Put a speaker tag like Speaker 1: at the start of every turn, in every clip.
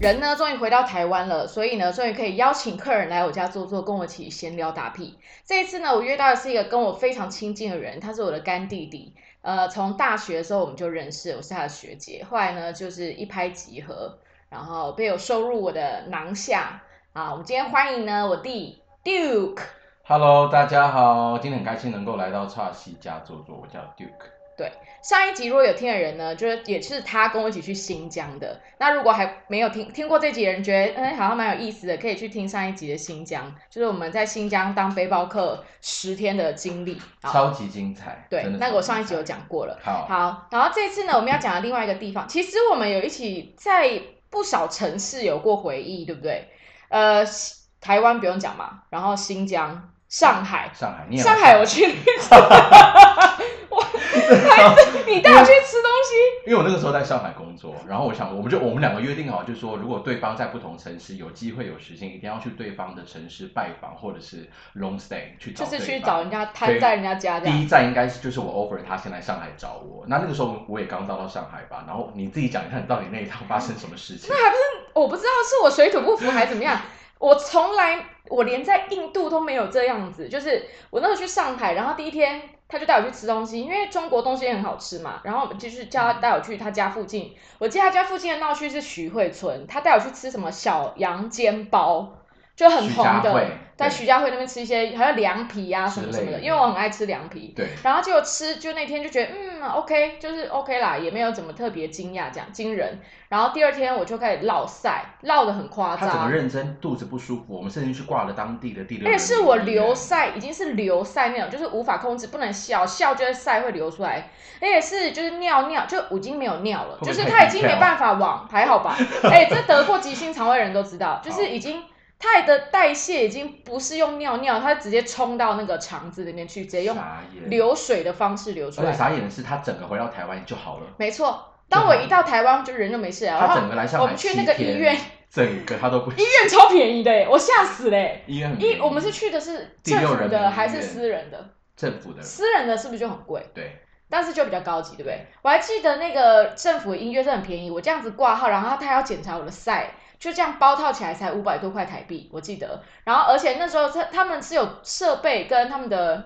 Speaker 1: 人呢终于回到台湾了，所以呢，终于可以邀请客人来我家坐坐，跟我一起闲聊打屁。这一次呢，我约到的是一个跟我非常亲近的人，他是我的干弟弟。呃，从大学的时候我们就认识，我是他的学姐。后来呢，就是一拍即合，然后被我收入我的囊下啊。我们今天欢迎呢我弟 Duke。
Speaker 2: Hello，大家好，今天很开心能够来到岔西家坐坐，我叫 Duke。
Speaker 1: 上一集如果有听的人呢，就是也是他跟我一起去新疆的。那如果还没有听听过这集的人，觉得嗯好像蛮有意思的，可以去听上一集的新疆，就是我们在新疆当背包客十天的经历。好，
Speaker 2: 超级精彩，
Speaker 1: 对
Speaker 2: 真的，
Speaker 1: 那个我上一集
Speaker 2: 超
Speaker 1: 有
Speaker 2: 级精
Speaker 1: 讲过了。
Speaker 2: 彩。好，
Speaker 1: 好，然后这次呢，我们要讲的另外一个地方，其实我们有一起在不少城市有过回忆，对不对？呃，西台湾不用讲嘛，然后新疆、上海，
Speaker 2: 上海，你也来
Speaker 1: 上海我， 去，我你带我去吃东西。
Speaker 2: 因为我那个时候在上海工作，然后我想，我们就我们两个约定好，就说如果对方在不同城市有机会有时间，一定要去对方的城市拜访或者是 long stay 去找
Speaker 1: 就
Speaker 2: 哦
Speaker 1: 是
Speaker 2: 对方。
Speaker 1: 去找人家摊在人家家这
Speaker 2: 第一
Speaker 1: 样。
Speaker 2: 站应该是就是我 offer 他先来上海找我，那那个时候我也刚到到上海吧，然后你自己讲一下你到底那一趟发生什么事情。
Speaker 1: 哦我不知道是我水土不服还是怎么样，我从来我连在印度都没有这样子。就是我那时候去上海，然后第一天他就带我去吃东西，因为中国东西也很好吃嘛。然后我们就是叫他
Speaker 2: 嗯
Speaker 1: 带我去他家附近，我记得他家附近的闹区是徐汇村，他带我去吃什么小羊煎包，就很
Speaker 2: 徐
Speaker 1: 红
Speaker 2: 家
Speaker 1: 的
Speaker 2: 汇，
Speaker 1: 在
Speaker 2: 对
Speaker 1: 徐家汇那边吃一些好像凉皮啊什么什么
Speaker 2: 之类
Speaker 1: 的，
Speaker 2: 的
Speaker 1: 因为我很爱吃凉皮。
Speaker 2: 对，
Speaker 1: 然后结果吃，就那天就觉得嗯，OK，就是 OK 啦，也没有怎么特别惊讶这样惊人。然后第二天我就开始落晒，落的很夸
Speaker 2: 他怎么
Speaker 1: 张，
Speaker 2: 认真，肚子不舒服，我们甚至去挂了当地的第六
Speaker 1: 而且
Speaker 2: 人
Speaker 1: 是
Speaker 2: 民
Speaker 1: 我
Speaker 2: 医院
Speaker 1: 流晒，已经是流晒那种，就是无法控制，不能笑，笑就会晒会流出来，而且是就是尿尿就已经没有尿了，
Speaker 2: 会不
Speaker 1: 就
Speaker 2: 会
Speaker 1: 是他
Speaker 2: 太
Speaker 1: 已经
Speaker 2: 低
Speaker 1: 没
Speaker 2: 调啊
Speaker 1: 办法往，还好 吧？哎、这得过急性肠胃人都知道，就是
Speaker 2: 好
Speaker 1: 已经。它的代谢已经不是用尿尿，它直接冲到那个肠子里面去，直接用
Speaker 2: 傻眼，
Speaker 1: 流水的方式流出
Speaker 2: 而
Speaker 1: 来
Speaker 2: 且。傻眼的是，他整个回到台湾就好了，
Speaker 1: 没错，当我一到台湾，就人就没事了。然
Speaker 2: 他
Speaker 1: 后
Speaker 2: 整个来上海
Speaker 1: 我们去那个
Speaker 2: 七天
Speaker 1: 医院，
Speaker 2: 整个他都不
Speaker 1: 医院超便宜的欸耶，我吓死嘞！
Speaker 2: 医院很便
Speaker 1: 医
Speaker 2: 宜
Speaker 1: 我们是去的是
Speaker 2: 嗯第
Speaker 1: 政
Speaker 2: 六
Speaker 1: 府
Speaker 2: 人民医
Speaker 1: 的
Speaker 2: 院
Speaker 1: 还是私人的？
Speaker 2: 政府的，
Speaker 1: 私人的是不是就很贵？
Speaker 2: 对，
Speaker 1: 但是就比较高级，对不对？我还记得那个政府的医院是很便宜，我这样子挂号，然后他要检查我的塞，就这样包套起来才五百多块台币，我记得。然后而且那时候他他们是有设备跟他们的嗯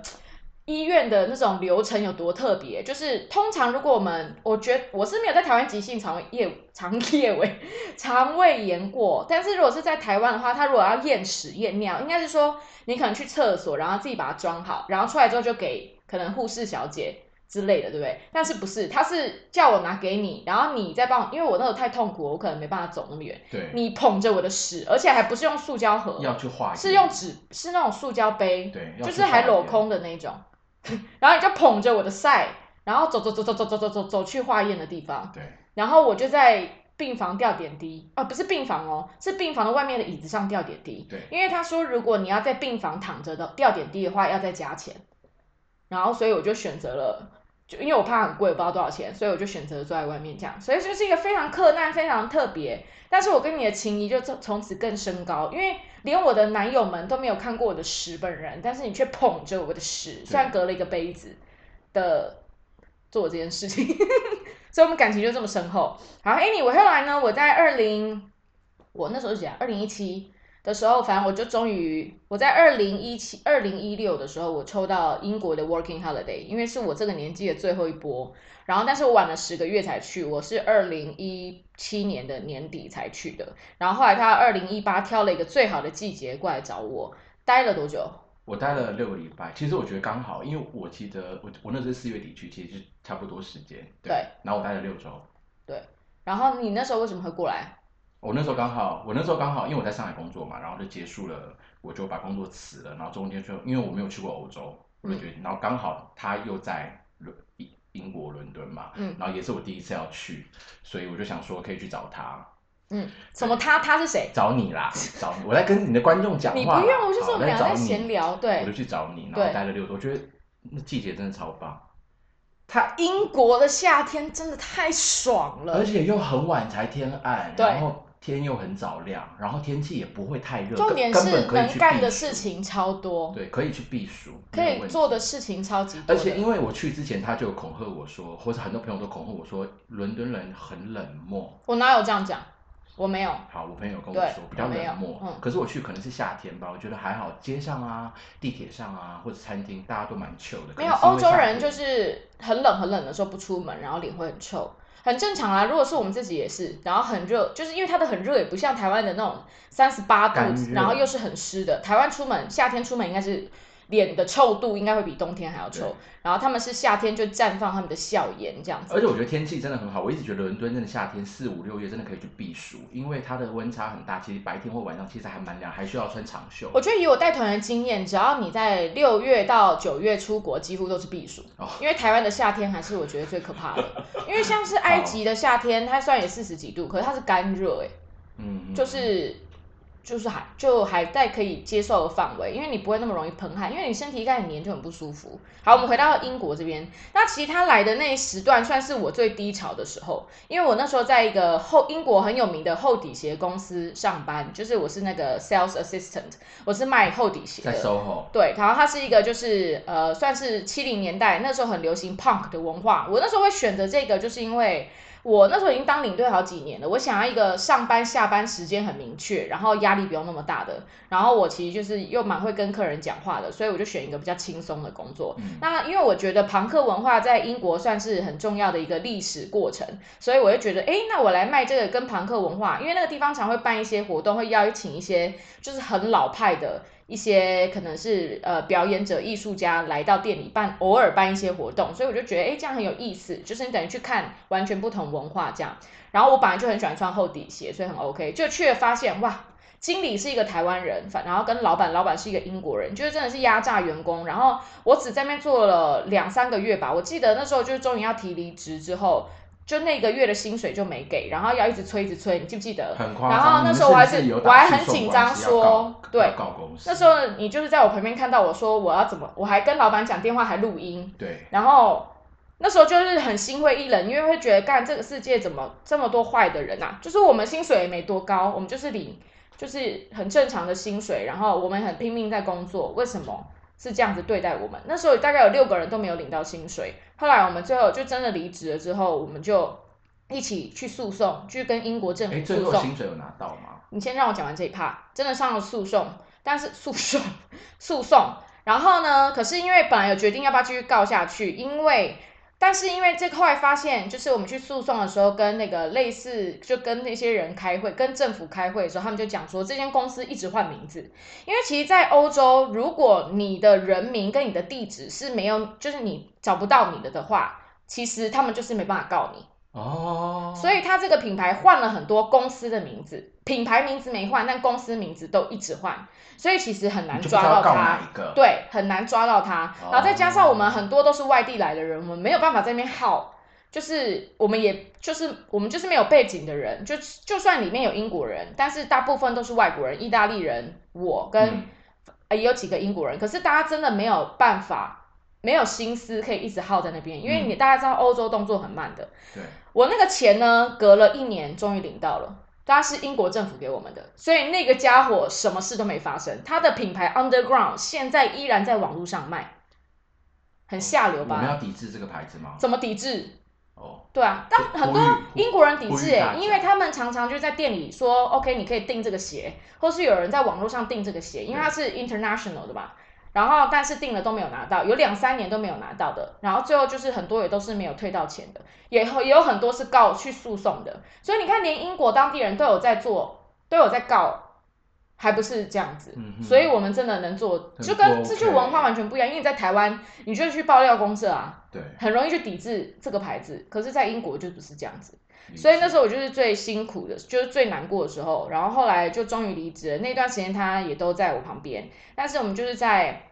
Speaker 1: 医院的那种流程有多特别，就是通常如果我们，我觉得我是没有在台湾急性肠胃夜肠夜胃肠胃炎过，但是如果是在台湾的话，他如果要验屎验尿，应该是说你可能去厕所，然后自己把它装好，然后出来之后就给可能护士小姐。之类的，对不对？但是不是，他是叫我拿给你，然后你再帮我，因为我那时候太痛苦了，我可能没办法走那么远。
Speaker 2: 对，
Speaker 1: 你捧着我的屎，而且还不是用塑胶盒，
Speaker 2: 要去化验，
Speaker 1: 是用纸，是那种塑胶杯，
Speaker 2: 对，要
Speaker 1: 就
Speaker 2: 去
Speaker 1: 是还
Speaker 2: 化
Speaker 1: 镂
Speaker 2: 验，
Speaker 1: 空的那种。 然后你就捧着我的塞，然后走走走走走走走走走去化验的地方，
Speaker 2: 对，
Speaker 1: 然后我就在病房吊点滴，啊，不是病房哦，是病房的外面的椅子上吊点滴。
Speaker 2: 对
Speaker 1: 因为他说如果你要在病房躺着的吊点滴的话，要再加钱。然后所以我就选择了，就因为我怕很贵，我不知道多少钱，所以我就选择坐在外面这样。所以就是一个非常困难、非常特别，但是我跟你的情谊就从从此更升高，因为连我的男友们都没有看过我的屎本人，但是你却捧着我的屎，虽然隔了一个杯子的做这件事情， 所以我们感情就这么深厚。好，anyway，后来呢，我在二零，我那时候是啊讲二零一七的时候，反正我就终于我在二零一七、二零一六的时候，我抽到英国的 Working Holiday，因为是我这个年纪的最后一波。然后，但是我晚了十个月才去，我是二零一七年的年底才去的。然后后来他二零一八挑了一个最好的季节过来找我，待了多久？
Speaker 2: 我待了六个礼拜，其实我觉得刚好，因为我记得我我那时候四月底去，其实是差不多时间，
Speaker 1: 对，
Speaker 2: 然后我待了六周，
Speaker 1: 然后你那时候为什么会过来？
Speaker 2: 我那时候刚好，我那时候刚好，因为我在上海工作嘛，然后就结束了，我就把工作辞了，然后中间就因为我没有去过欧洲，我
Speaker 1: 嗯
Speaker 2: 就决定，然后刚好他又在伦英英国伦敦嘛，
Speaker 1: 嗯
Speaker 2: 然后也是我第一次要去，所以我就想说可以去找他，
Speaker 1: 嗯，什么他他是谁？
Speaker 2: 找你啦，找你，我在跟你的观众讲话啦，
Speaker 1: 你不用，我就
Speaker 2: 好
Speaker 1: 说我们俩
Speaker 2: 在
Speaker 1: 在
Speaker 2: 找你
Speaker 1: 闲，聊。
Speaker 2: 我就
Speaker 1: 对，
Speaker 2: 去找你，然
Speaker 1: 对
Speaker 2: 后待了六周，我觉得那季节真的超棒，
Speaker 1: 他英国的夏天真的太爽了
Speaker 2: 而，且又很晚才天暗，
Speaker 1: 对
Speaker 2: 然后天又很早亮，然后天气也不会太热，
Speaker 1: 重点
Speaker 2: 根
Speaker 1: 是
Speaker 2: 根本可以
Speaker 1: 能
Speaker 2: 去
Speaker 1: 干的
Speaker 2: 避暑
Speaker 1: 事情超多，
Speaker 2: 对，可以去避暑，
Speaker 1: 可
Speaker 2: 没有
Speaker 1: 以
Speaker 2: 问
Speaker 1: 做
Speaker 2: 题
Speaker 1: 的。事情超级多
Speaker 2: 而且
Speaker 1: 的。
Speaker 2: 因为我去之前，他就有恐吓我说，或者很多朋友都恐吓我说，伦敦人很冷漠。
Speaker 1: 我哪有这样讲？我没有，
Speaker 2: 好，我朋友跟我
Speaker 1: 对
Speaker 2: 说比较
Speaker 1: 我没有
Speaker 2: 冷漠，
Speaker 1: 嗯
Speaker 2: 可是我去可能是夏天吧，我觉得还好，街上啊、地铁上啊或者餐厅大家都蛮 chill 的。可
Speaker 1: 没
Speaker 2: 能
Speaker 1: 有
Speaker 2: 是因为
Speaker 1: 欧洲
Speaker 2: 夏
Speaker 1: 人
Speaker 2: 天
Speaker 1: 就是很冷很冷的时候不出门，然后脸会很臭，很正常啊。如果是我们自己也是，然后很热，就是因为它的很热也不像台湾的那种三十八度
Speaker 2: 干，热
Speaker 1: 然后又是很湿的。台湾出门夏天出门应该是脸的臭度应该会比冬天还要
Speaker 2: 对
Speaker 1: 臭，然后他们是夏天就绽放他们的笑颜这样子。
Speaker 2: 而且我觉得天气真的很好，我一直觉得伦敦真的夏天四五六月真的可以去避暑，因为它的温差很大，其实白天或晚上其实还蛮凉，还需要穿长袖。
Speaker 1: 我觉得以我带团的经验，只要你在六月到九月出国，几乎都是避暑，
Speaker 2: 哦
Speaker 1: 因为台湾的夏天还是我觉得最可怕的。因为像是埃及的夏天，它虽然也四十几度，可是它是干热、欸，
Speaker 2: 嗯，嗯
Speaker 1: 就是就是还就还在可以接受的范围，因为你不会那么容易喷汗，因为你身体一开始黏就很不舒服。好，我们回到英国这边，那其实他来的那时段算是我最低潮的时候，因为我那时候在一个后英国很有名的厚底鞋公司上班，就是我是那个 sales assistant，我是卖厚底鞋的
Speaker 2: 在。SOHO，
Speaker 1: 对，然后它是一个就是呃，算是七零年代那时候很流行 punk 的文化。我那时候会选择这个，就是因为我那时候已经当领队好几年了，我想要一个上班下班时间很明确，然后压力不用那么大的。然后我其实就是又蛮会跟客人讲话的，所以我就选一个比较轻松的工作。
Speaker 2: 嗯，
Speaker 1: 那因为我觉得朋克文化在英国算是很重要的一个历史过程，所以我就觉得，诶，那我来卖这个跟朋克文化，因为那个地方常会办一些活动，会邀请一些就是很老派的一些可能是呃表演者、艺术家来到店里办，偶尔办一些活动，所以我就觉得，诶，这样很有意思，就是你等于去看完全不同文化这样。然后我本来就很喜欢穿厚底鞋，所以很 OK，就去了发现哇。经理是一个台湾人，反然后跟老板，老板是一个英国人，就是真的是压榨员工。然后我只在那边做了两三个月吧，我记得那时候就是终于要提离职之后，就那个月的薪水就没给，然后要一直催一直催，你记不记 得？
Speaker 2: 很夸张。
Speaker 1: 然后那
Speaker 2: 你们
Speaker 1: 时候我还
Speaker 2: 甚至
Speaker 1: 是
Speaker 2: 有
Speaker 1: 我
Speaker 2: 打
Speaker 1: 还
Speaker 2: 诉
Speaker 1: 很
Speaker 2: 讼
Speaker 1: 紧
Speaker 2: 官
Speaker 1: 张
Speaker 2: 司要告
Speaker 1: 说，对
Speaker 2: 要，告公司，
Speaker 1: 那时候你就是在我旁边看到我说我要怎么，我还跟老板讲电话还录音，
Speaker 2: 对，
Speaker 1: 然后那时候就是很心灰意冷，因为会觉得干这个世界怎么这么多坏的人啊？就是我们薪水也没多高，我们就是领就是很正常的薪水，然后我们很拼命在工作，为什么是这样子对待我们？那时候大概有六个人都没有领到薪水，后来我们最后就真的离职了之后，我们就一起去诉讼，去跟英国政
Speaker 2: 哎，
Speaker 1: 府
Speaker 2: 最
Speaker 1: 诉
Speaker 2: 后
Speaker 1: 讼。
Speaker 2: 薪水有拿到吗？
Speaker 1: 你先让我讲完这一趴，真的上了诉讼，但是诉讼诉讼，然后呢，可是因为本来有决定要不要继续告下去，因为但是因为这个后来发现，就是我们去诉讼的时候，跟那个类似就跟那些人开会，跟政府开会的时候，他们就讲说这间公司一直换名字，因为其实，在欧洲，如果你的人名跟你的地址是没有，就是你找不到你的的话，其实他们就是没办法告你。
Speaker 2: 哦，
Speaker 1: 所以它这个品牌换了很多公司的名字，品牌名字没换，但公司名字都一直换，所以其实很难
Speaker 2: 你就不
Speaker 1: 抓
Speaker 2: 知道
Speaker 1: 到
Speaker 2: 告哪
Speaker 1: 它。
Speaker 2: 一个，
Speaker 1: 对，很难抓到它。
Speaker 2: 哦
Speaker 1: 然后再加上我们很多都是外地来的人，我们没有办法在那边耗，就是我们也就是我们就是没有背景的人，就就算里面有英国人，但是大部分都是外国人，意大利人，我跟、
Speaker 2: 嗯
Speaker 1: 呃也有几个英国人，可是大家真的没有办法。没有心思可以一直耗在那边，因为
Speaker 2: 嗯
Speaker 1: 你大家知道欧洲动作很慢的，
Speaker 2: 对，
Speaker 1: 我那个钱呢，隔了一年终于领到了，它是英国政府给我们的，所以那个家伙什么事都没发生，他的品牌 Underground 现在依然在网络上卖，很下流
Speaker 2: 我们要
Speaker 1: 吧？
Speaker 2: 抵制这个牌子吗？
Speaker 1: 怎么抵制？
Speaker 2: 哦，
Speaker 1: 对啊，但
Speaker 2: 呼
Speaker 1: 很多
Speaker 2: 吁
Speaker 1: 英国人抵
Speaker 2: 呼
Speaker 1: 制
Speaker 2: 吁
Speaker 1: 哎、
Speaker 2: 大家
Speaker 1: 因为他们常常就在店里说，OK，你可以订这个鞋，或是有人在网络上订这个鞋，因为它是 international 的嘛。然后，但是订了都没有拿到，有两三年都没有拿到的。然后最后就是很多也都是没有退到钱的，也也有很多是告去诉讼的。所以你看，连英国当地人都有在做，都有在告，还不是这样子。
Speaker 2: 嗯哼
Speaker 1: 所以我们真的能做，
Speaker 2: 很
Speaker 1: 就
Speaker 2: 不
Speaker 1: 跟这就
Speaker 2: OK
Speaker 1: 文化完全不一样。因为你在台湾，你就去爆料公社啊，
Speaker 2: 对，
Speaker 1: 很容易去抵制这个牌子，可是，在英国就不是这样子，
Speaker 2: 理
Speaker 1: 所以那
Speaker 2: 解
Speaker 1: 时候我就是最辛苦的，就是最难过的时候。然后后来就终于离职了，那段时间他也都在我旁边，但是我们就是在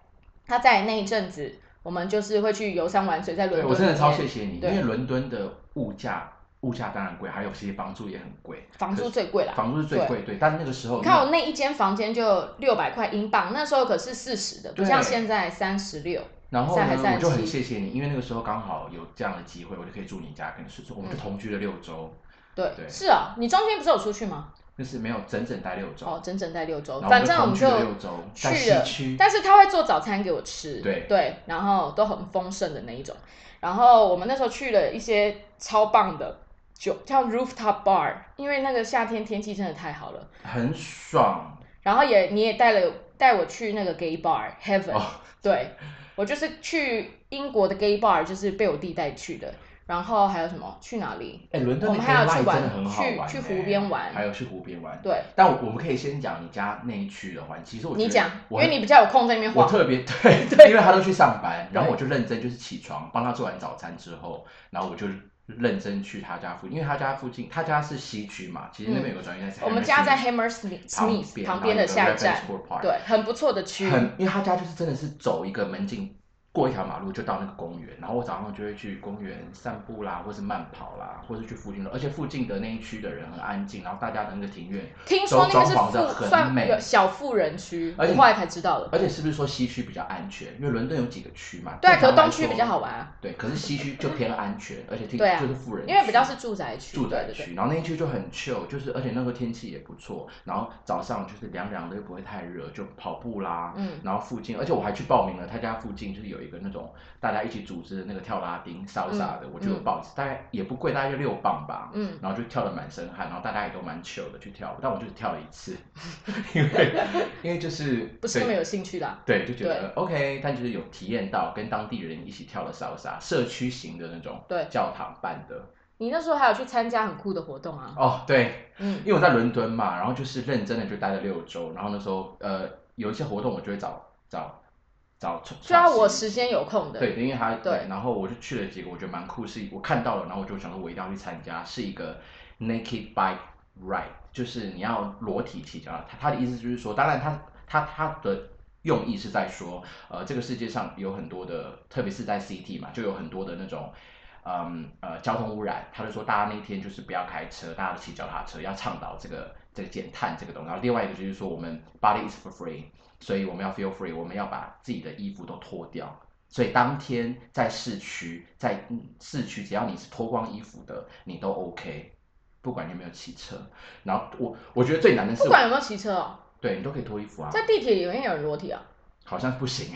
Speaker 1: 他在那一阵子，我们就是会去游山玩水，在伦
Speaker 2: 对
Speaker 1: 敦。
Speaker 2: 我真的超谢谢你，因
Speaker 1: 对
Speaker 2: 为伦敦的物价物价当然贵，还有其实房租也很贵，
Speaker 1: 房租最贵啦。
Speaker 2: 房嗯租是最贵，对，但那个时候
Speaker 1: 啊你看我那一间房间就六百块英镑，那时候可是四十的，不
Speaker 2: 对
Speaker 1: 像现在三十六。
Speaker 2: 然后
Speaker 1: 现在还
Speaker 2: 呢，
Speaker 1: 在
Speaker 2: 我就很
Speaker 1: 七
Speaker 2: 谢谢你，因为那个时候刚好有这样的机会，我就可以住你家，跟是我
Speaker 1: 嗯
Speaker 2: 们就同居了六周，
Speaker 1: 对，
Speaker 2: 对
Speaker 1: 是啊，你中间不是有出去吗？
Speaker 2: 就是没有整整待六周，
Speaker 1: 哦，整整待六周，
Speaker 2: 然后
Speaker 1: 反正我
Speaker 2: 同
Speaker 1: 们
Speaker 2: 居
Speaker 1: 就
Speaker 2: 了六周，在
Speaker 1: 去了
Speaker 2: 西区，
Speaker 1: 但是他会做早餐给我吃，
Speaker 2: 对
Speaker 1: 然后都很丰盛的那一种。然后我们那时候去了一些超棒的，酒，叫 rooftop bar，因为那个夏天天气真的太好了。
Speaker 2: 很爽
Speaker 1: 然后也你也带了带我去那个 gay bar heaven，、
Speaker 2: 哦，
Speaker 1: 对我就是去英国的 gay bar，就是被我弟带去的。然后还有什么？去哪里？
Speaker 2: 哎，伦敦
Speaker 1: 我
Speaker 2: 的
Speaker 1: 们还有去
Speaker 2: gay bar
Speaker 1: 玩
Speaker 2: 真的很好玩
Speaker 1: 去
Speaker 2: 呢
Speaker 1: 去湖边玩
Speaker 2: 还有去湖边玩。
Speaker 1: 对，
Speaker 2: 但我我们可以先讲你家那一区的环，其实我觉得
Speaker 1: 你讲，因
Speaker 2: 我
Speaker 1: 为
Speaker 2: 很
Speaker 1: 你比较有空在那边
Speaker 2: 我
Speaker 1: 晃。
Speaker 2: 特别对，
Speaker 1: 对
Speaker 2: 因为他都去上班，然后
Speaker 1: 对
Speaker 2: 我就认真就是起床帮他做完早餐之后，然后我就认真去他家附近，因为他家附近他家是西区嘛，其实那边有个专业是
Speaker 1: 嗯我们家在
Speaker 2: Hammersmith
Speaker 1: Hammersmith
Speaker 2: 旁
Speaker 1: Smith
Speaker 2: 边
Speaker 1: 旁边的
Speaker 2: 然后
Speaker 1: 下
Speaker 2: 有
Speaker 1: 一
Speaker 2: 个 Ravenscourt
Speaker 1: 站，
Speaker 2: Park，
Speaker 1: 对，很不错的区域。
Speaker 2: 很，因为他家就是真的是走一个门禁，过一条马路就到那个公园，然后我早上就会去公园散步啦，或是慢跑啦，或是去附近的，而且附近的那一区的人很安静，然后大家的那个庭院，
Speaker 1: 听说那个是
Speaker 2: 装潢得
Speaker 1: 富
Speaker 2: 很
Speaker 1: 算
Speaker 2: 美
Speaker 1: 有小富人区，
Speaker 2: 而且
Speaker 1: 我后来才知道的。
Speaker 2: 而且是不是说西区比较安全？因为伦敦有几个区嘛，
Speaker 1: 对啊，
Speaker 2: 正
Speaker 1: 可是
Speaker 2: 常
Speaker 1: 东
Speaker 2: 来
Speaker 1: 区
Speaker 2: 说
Speaker 1: 比较好玩啊，
Speaker 2: 对，可是西区就偏安全，而且听
Speaker 1: 对啊
Speaker 2: 就是富人区，
Speaker 1: 因为比较是住宅区。
Speaker 2: 住宅
Speaker 1: 对对对
Speaker 2: 区，然后那一区就很 chill，就是而且那时候天气也不错，然后早上就是凉凉的，又不会太热，就跑步啦。
Speaker 1: 嗯，
Speaker 2: 然后附近，而且我还去报名了，他家附近就是有一个那种大家一起组织的那个跳拉丁、潇洒的，我就有报，大概也不贵，大概就六磅吧。
Speaker 1: 嗯，
Speaker 2: 然后就跳的满身汗，然后大家也都蛮 chill 的去跳，但我就跳了一次， 因为 因为就是
Speaker 1: 不是那么有兴趣啦。
Speaker 2: 对，就觉得 OK，但就是有体验到跟当地人一起跳了salsa，社区型的那种
Speaker 1: 对
Speaker 2: 教堂办的
Speaker 1: 你那时候还有去参加很酷的活动啊？
Speaker 2: 哦，对，
Speaker 1: 嗯
Speaker 2: 因为我在伦敦嘛，然后就是认真的就待了六周，然后那时候呃有一些活动我就会找找找，
Speaker 1: 虽然
Speaker 2: 找
Speaker 1: 啊我
Speaker 2: 时
Speaker 1: 时间有空的，
Speaker 2: 对，因为他
Speaker 1: 对
Speaker 2: 然后我就去了几个，我觉得蛮酷，是我看到了，然后我就想说我一定要去参加，是一个 naked bike ride，就是你要裸体骑脚踏，他他的意思就是说，当然他他他的。用意是在说，呃，这个世界上有很多的，特别是在 CT 嘛，就有很多的那种，嗯呃，交通污染。他就说，大家那天就是不要开车，大家骑脚踏车，要倡导这个这个减碳这个东西。然后另外一个就是说，我们 body is for free，所以我们要 feel free，我们要把自己的衣服都脱掉，所以当天在市区，在嗯市区，只要你是脱光衣服的，你都 OK，不管你有没有骑车。然后我我觉得最难的是，
Speaker 1: 不管有没有骑车哦，
Speaker 2: 对你都可以脱衣服啊，
Speaker 1: 在地铁里面有人裸体啊，
Speaker 2: 好像不行。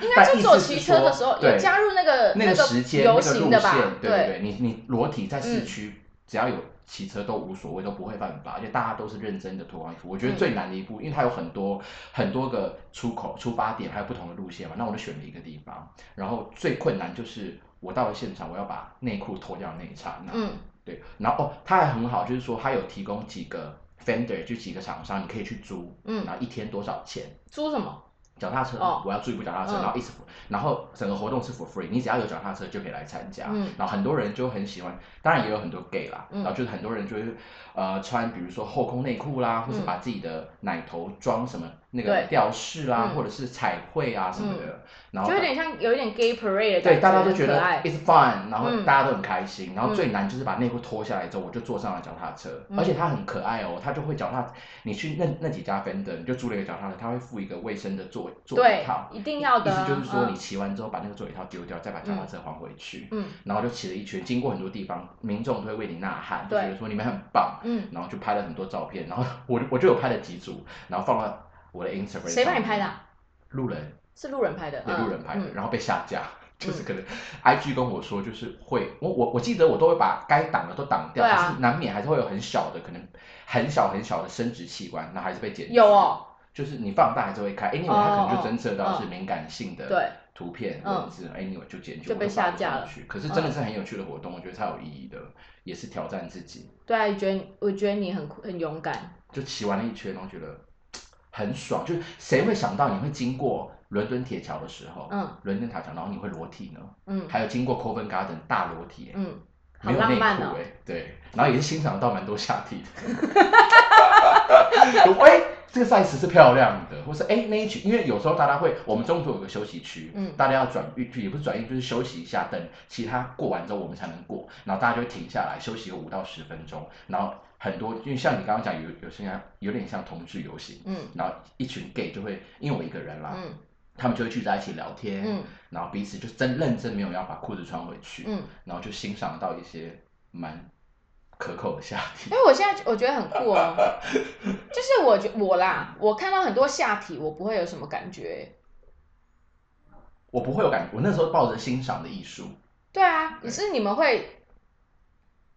Speaker 1: 应该就
Speaker 2: 但
Speaker 1: 只
Speaker 2: 意
Speaker 1: 有
Speaker 2: 思
Speaker 1: 骑
Speaker 2: 是
Speaker 1: 车的
Speaker 2: 说
Speaker 1: 时候有
Speaker 2: 对
Speaker 1: 加呃入那个
Speaker 2: 那个时间、那
Speaker 1: 游
Speaker 2: 个
Speaker 1: 行
Speaker 2: 路
Speaker 1: 的吧
Speaker 2: 线，？对对
Speaker 1: 对，
Speaker 2: 对，你你裸体在市
Speaker 1: 嗯
Speaker 2: 区，只要有骑车都无所谓，都不会犯法，而且大家都是认真的脱光衣服。我觉得
Speaker 1: 嗯
Speaker 2: 最难的一步，因为它有很多很多个出口、出发点，还有不同的路线嘛。那我就选了一个地方，然后最困难就是我到了现场，我要把内裤脱掉的那一刹那。
Speaker 1: 嗯，
Speaker 2: 对，然后哦，它还很好，就是说它有提供几个 vendor，就几个厂商，你可以去租，
Speaker 1: 嗯
Speaker 2: 然后一天多少钱？
Speaker 1: 租什么？
Speaker 2: 脚踏车，
Speaker 1: 哦
Speaker 2: 我要租一部脚踏车，
Speaker 1: 嗯
Speaker 2: 然后一直，然后整个活动是 for free，你只要有脚踏车就可以来参加。
Speaker 1: 嗯
Speaker 2: 然后很多人就很喜欢，当然也有很多 gay 啦，
Speaker 1: 嗯
Speaker 2: 然后就是很多人就是呃穿比如说后空内裤啦，或是
Speaker 1: 嗯
Speaker 2: 把自己的奶头装什么那个
Speaker 1: 对
Speaker 2: 吊饰啦，
Speaker 1: 嗯
Speaker 2: 或者是彩绘啊什么的，然后
Speaker 1: 就有点像有一点 gay parade 的感
Speaker 2: 对，大家都
Speaker 1: 很
Speaker 2: 觉
Speaker 1: 可
Speaker 2: 得
Speaker 1: 爱。
Speaker 2: it's fun，然后
Speaker 1: 嗯
Speaker 2: 大家都很开心，然后最难就是把内裤脱下来之后，我就坐上了脚踏车，
Speaker 1: 嗯
Speaker 2: 而且它很可爱哦，它就会脚踏，你去那那几家 Fender，你就租了一个脚踏车，它会附一个卫生的座座椅
Speaker 1: 对
Speaker 2: 套，，
Speaker 1: 一定要的
Speaker 2: 意
Speaker 1: 啊。
Speaker 2: 思就是说你
Speaker 1: 嗯
Speaker 2: 骑完之后把那个座椅套丢掉，再把脚踏车还回去，
Speaker 1: 嗯
Speaker 2: 然后就骑了一圈，经过很多地方，民众都会为你呐喊，就
Speaker 1: 对
Speaker 2: 觉得说你们很棒，
Speaker 1: 嗯，
Speaker 2: 然后就拍了很多照片，然后 我我就有拍了几组，然后放到我的 Instagram，
Speaker 1: 谁帮你拍的
Speaker 2: 上面
Speaker 1: 啊？
Speaker 2: 路人。
Speaker 1: 是路人拍的，
Speaker 2: 给
Speaker 1: 嗯
Speaker 2: 路人拍的，
Speaker 1: 嗯
Speaker 2: 然后被下架， 就是可能 I G 跟我说，就是会我我我记得我都会把该挡的都挡掉，
Speaker 1: 对啊
Speaker 2: 可是难免还是会有很小的，可能很小很小的生殖器官，那还是被剪去
Speaker 1: 有哦，
Speaker 2: 就是你放大还是会开，anyway
Speaker 1: 哦
Speaker 2: 它可能就
Speaker 1: 哦
Speaker 2: 侦测
Speaker 1: 哦
Speaker 2: 到是敏感性的
Speaker 1: 对
Speaker 2: 图片
Speaker 1: 嗯
Speaker 2: 文字，anyway 哎就剪去，
Speaker 1: 就被
Speaker 2: 我把
Speaker 1: 下
Speaker 2: 它
Speaker 1: 架
Speaker 2: 放
Speaker 1: 了嗯
Speaker 2: 去可是真的是很有趣的活动，我觉得超有意义的，也是挑战自己。
Speaker 1: 对啊，觉得我觉得你很酷很勇敢，
Speaker 2: 就骑完了一圈，然后觉得很爽。就是谁会想到你会经过伦敦铁桥的时候，
Speaker 1: 嗯，
Speaker 2: 伦敦塔桥，然后你会裸体呢？
Speaker 1: 嗯
Speaker 2: 还有经过 Covent Garden 大裸体、欸，
Speaker 1: 嗯，好
Speaker 2: 没有
Speaker 1: 浪
Speaker 2: 内
Speaker 1: 漫
Speaker 2: 裤
Speaker 1: 哦
Speaker 2: 哎、。对，然后也是欣赏到蛮多下 体的。喂、哎这个 size 是漂亮的，或是哎、那一区，因为有时候大家会，我们中途有个休息区，
Speaker 1: 嗯
Speaker 2: 大家要转运，也不是转运，就是休息一下，等其他过完之后我们才能过，然后大家就会停下来休息个五到十分钟，然后很多，因为像你刚刚讲，有有些像有点像同志游行，
Speaker 1: 嗯
Speaker 2: 然后一群 gay 就会，因为我一个人啦，
Speaker 1: 嗯
Speaker 2: 他们就会聚在一起聊天，
Speaker 1: 嗯
Speaker 2: 然后彼此就真认真没有要把裤子穿回去，
Speaker 1: 嗯，
Speaker 2: 然后就欣赏到一些蛮可口的下体
Speaker 1: 因。为哎我现在我觉得很酷哦， 就是我觉我啦，我看到很多下体，我不会有什么感觉。
Speaker 2: 我不会有感，我那时候抱着欣赏的艺术，
Speaker 1: 对啊，可
Speaker 2: 对
Speaker 1: 是你们会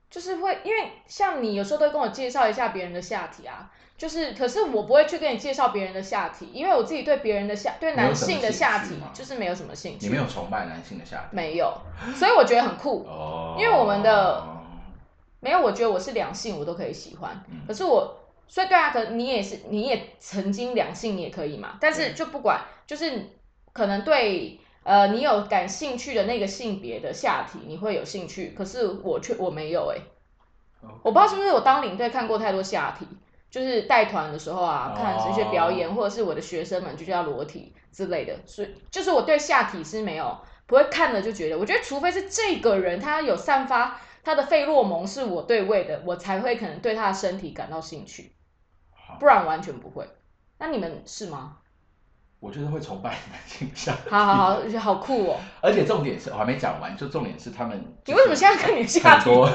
Speaker 1: 就是会，因为像你有时候都会跟我介绍一下别人的下体啊，就是，可是我不会去跟你介绍别人的下体，因为我自己对别人的下，对
Speaker 2: 没有
Speaker 1: 男
Speaker 2: 什么
Speaker 1: 性的下
Speaker 2: 兴
Speaker 1: 体
Speaker 2: 趣吗
Speaker 1: 就是没有什么兴趣，
Speaker 2: 你没有崇拜男性的下体
Speaker 1: 没有，所以我觉得很酷。
Speaker 2: 哦，
Speaker 1: 因为我们的没有，我觉得我是两性我都可以喜欢，
Speaker 2: 嗯
Speaker 1: 可是我，所以对啊，可你也是，你也曾经两性你也可以嘛，但是就不管，就是可能对呃你有感兴趣的那个性别的下体你会有兴趣，可是我却我没有哎、我不知道是不是我当领队看过太多下体，就是带团的时候啊，
Speaker 2: 哦
Speaker 1: 看这些表演，或者是我的学生们就叫裸体之类的，所以就是我对下体是没有不会看了就觉得，我觉得除非是这个人他有散发他的费洛蒙是我对味的，我才会可能对他的身体感到兴趣，
Speaker 2: 好
Speaker 1: 不然完全不会。那你们是吗？
Speaker 2: 我就是会崇拜男性的下体。
Speaker 1: 好好好，好酷哦！
Speaker 2: 而且重点是我还没讲完，就重点是他们
Speaker 1: 你
Speaker 2: 就是
Speaker 1: 为什么现在看你的下
Speaker 2: 很
Speaker 1: 体？
Speaker 2: 多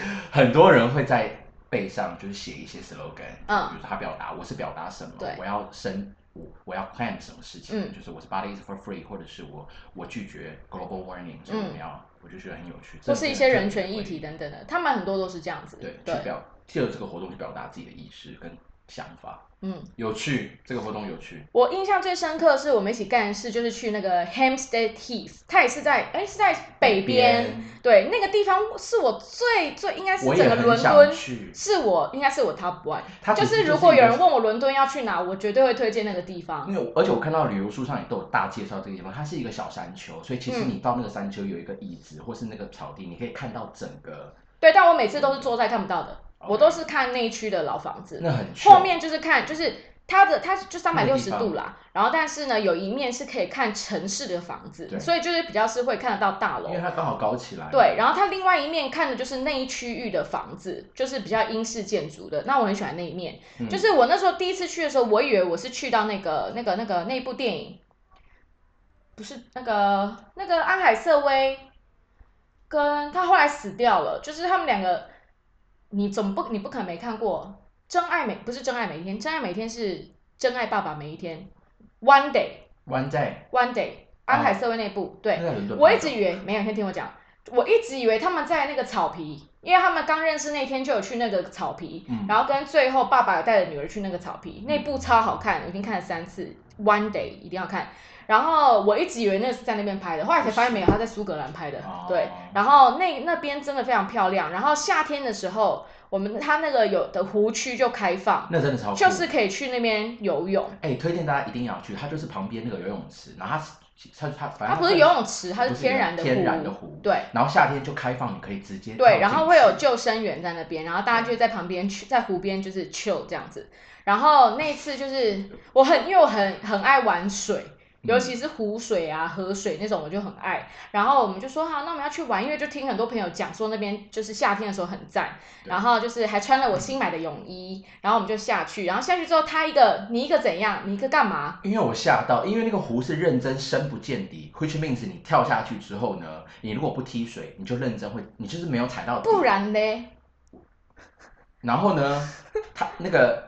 Speaker 2: 很多人会在背上就是写一些 slogan，
Speaker 1: 嗯
Speaker 2: 比如说他表达我是表达什么
Speaker 1: 对，
Speaker 2: 我要生我我要 plan 什么事情，
Speaker 1: 嗯
Speaker 2: 就是我是 body is for free，或者是我我拒绝 global warming，所以我们要、我就觉得很有趣，
Speaker 1: 嗯或是一些人权议
Speaker 2: 议
Speaker 1: 题等等的，他们很多都是这样子。
Speaker 2: 对，去表借着这个活动去表达自己的意识跟想法，
Speaker 1: 嗯，
Speaker 2: 有趣，这个活动有趣，
Speaker 1: 我印象最深刻的是我们一起干的事，就是去那个 Hampstead Heath，它也是在哎是在北边，对，那个地方是我最最应该是
Speaker 2: 我
Speaker 1: 整
Speaker 2: 也
Speaker 1: 个
Speaker 2: 很
Speaker 1: 伦
Speaker 2: 想
Speaker 1: 敦，
Speaker 2: 去，
Speaker 1: 是我应该是我 top one，
Speaker 2: 它
Speaker 1: 就
Speaker 2: 只是
Speaker 1: 是如果有
Speaker 2: 一
Speaker 1: 人
Speaker 2: 个哦
Speaker 1: 问我伦敦要去哪，我绝对会推荐那个地方。
Speaker 2: 因为我而且我看到旅游书上也都有大介绍这个地方，它是一个小山丘，所以其实
Speaker 1: 嗯
Speaker 2: 你到那个山丘有一个椅子或是那个草地，你可以看到整个，
Speaker 1: 对，但我每次都是坐在看不到的，
Speaker 2: OK
Speaker 1: 我都是看内区的老房子，
Speaker 2: 那很
Speaker 1: 后面就是看就是。它的它就三百
Speaker 2: 那
Speaker 1: 六
Speaker 2: 个
Speaker 1: 十
Speaker 2: 地方
Speaker 1: 度啦，然后但是呢，有一面是可以看城市的房子，
Speaker 2: 对
Speaker 1: 所以就是比较是会看得到大楼
Speaker 2: 因为。它刚好高起来，
Speaker 1: 对，然后它另外一面看的就是那一区域的房子，就是比较英式建筑的。那我很喜欢那一面，
Speaker 2: 嗯
Speaker 1: 就是我那时候第一次去的时候，我以为我是去到那个那个那个那部电影，不是那个那个安海瑟薇跟他后来死掉了，就是他们两个，你总不你不可能没看过《真爱每》不是《真爱每一天》，《真爱每一天》是《真爱爸爸每一天》，One Day
Speaker 2: 湾在
Speaker 1: One Day 安海瑟薇那部、对
Speaker 2: 哦那。在伦敦，
Speaker 1: 我一直以为没有，先听我讲。我一直以为他们在那个草皮，因为他们刚认识那天就有去那个草皮，
Speaker 2: 嗯
Speaker 1: 然后跟最后爸爸有带着女儿去那个草皮，那部超好看，我已经看了三次，One Day 一定要看。然后我一直以为那是在那边拍的，后来才发现没有，他在苏格兰拍的。
Speaker 2: 哦
Speaker 1: 对，然后那那边真的非常漂亮。然后夏天的时候，我们他那个有的湖区就开放，
Speaker 2: 那真的超酷
Speaker 1: 就是可以去那边游泳。
Speaker 2: 哎，推荐大家一定要去，它就是旁边那个游泳池，然后它是它它反
Speaker 1: 它
Speaker 2: 正
Speaker 1: 不是游泳池，它
Speaker 2: 不是
Speaker 1: 天然的湖。
Speaker 2: 天然的湖，
Speaker 1: 对。
Speaker 2: 然后夏天就开放，你可以直接
Speaker 1: 对，然后会有
Speaker 2: 就
Speaker 1: 救生员在那边，然后大家就在旁边去，在湖边就是 chill 这样子。然后那一次就是我很，因为我很很爱玩水，尤其是湖水啊、河水那种，我就很爱。然后我们就说好，那我们要去玩，因为就听很多朋友讲说那边就是夏天的时候很赞，
Speaker 2: 对
Speaker 1: 然后就是还穿了我新买的泳衣，然后我们就下去，然后下去之后他一个你一个怎样，你一个干嘛？
Speaker 2: 因为我吓到，因为那个湖是认真深不见底，which means 你跳下去之后呢，你如果不踢水，你就认真会，你就是没有踩到底。
Speaker 1: 不然嘞，
Speaker 2: 然后呢，他那个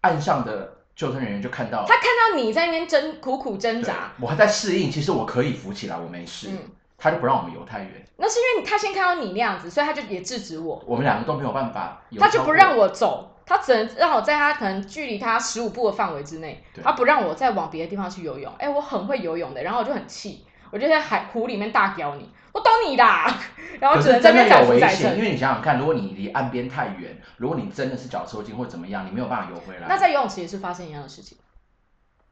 Speaker 2: 岸上的救生人员就看到
Speaker 1: 他看到你在那边挣苦苦挣扎，
Speaker 2: 对我还在适应，其实我可以浮起来，我没事。
Speaker 1: 嗯
Speaker 2: 他就不让我们游太远，
Speaker 1: 那是因为他先看到你那样子，所以他就也制止我。
Speaker 2: 我们两个都没有办法游
Speaker 1: 他就不让
Speaker 2: 我。
Speaker 1: 我走，他只能让我在他可能距离他十五步的范围之内，
Speaker 2: 对
Speaker 1: 他不让我再往别的地方去游泳。哎、我很会游泳的，然后我就很气，我就在海湖里面大屌你，我懂你啦，然后
Speaker 2: 可
Speaker 1: 只能
Speaker 2: 是
Speaker 1: 在
Speaker 2: 真
Speaker 1: 那
Speaker 2: 的
Speaker 1: 边载
Speaker 2: 有
Speaker 1: 浮
Speaker 2: 危
Speaker 1: 载
Speaker 2: 险，因
Speaker 1: 沉。
Speaker 2: 为你想想看，如果你离岸边太远，如果你真的是脚抽筋或怎么样，你没有办法游回来。
Speaker 1: 那在游泳池也是发生一样的事情，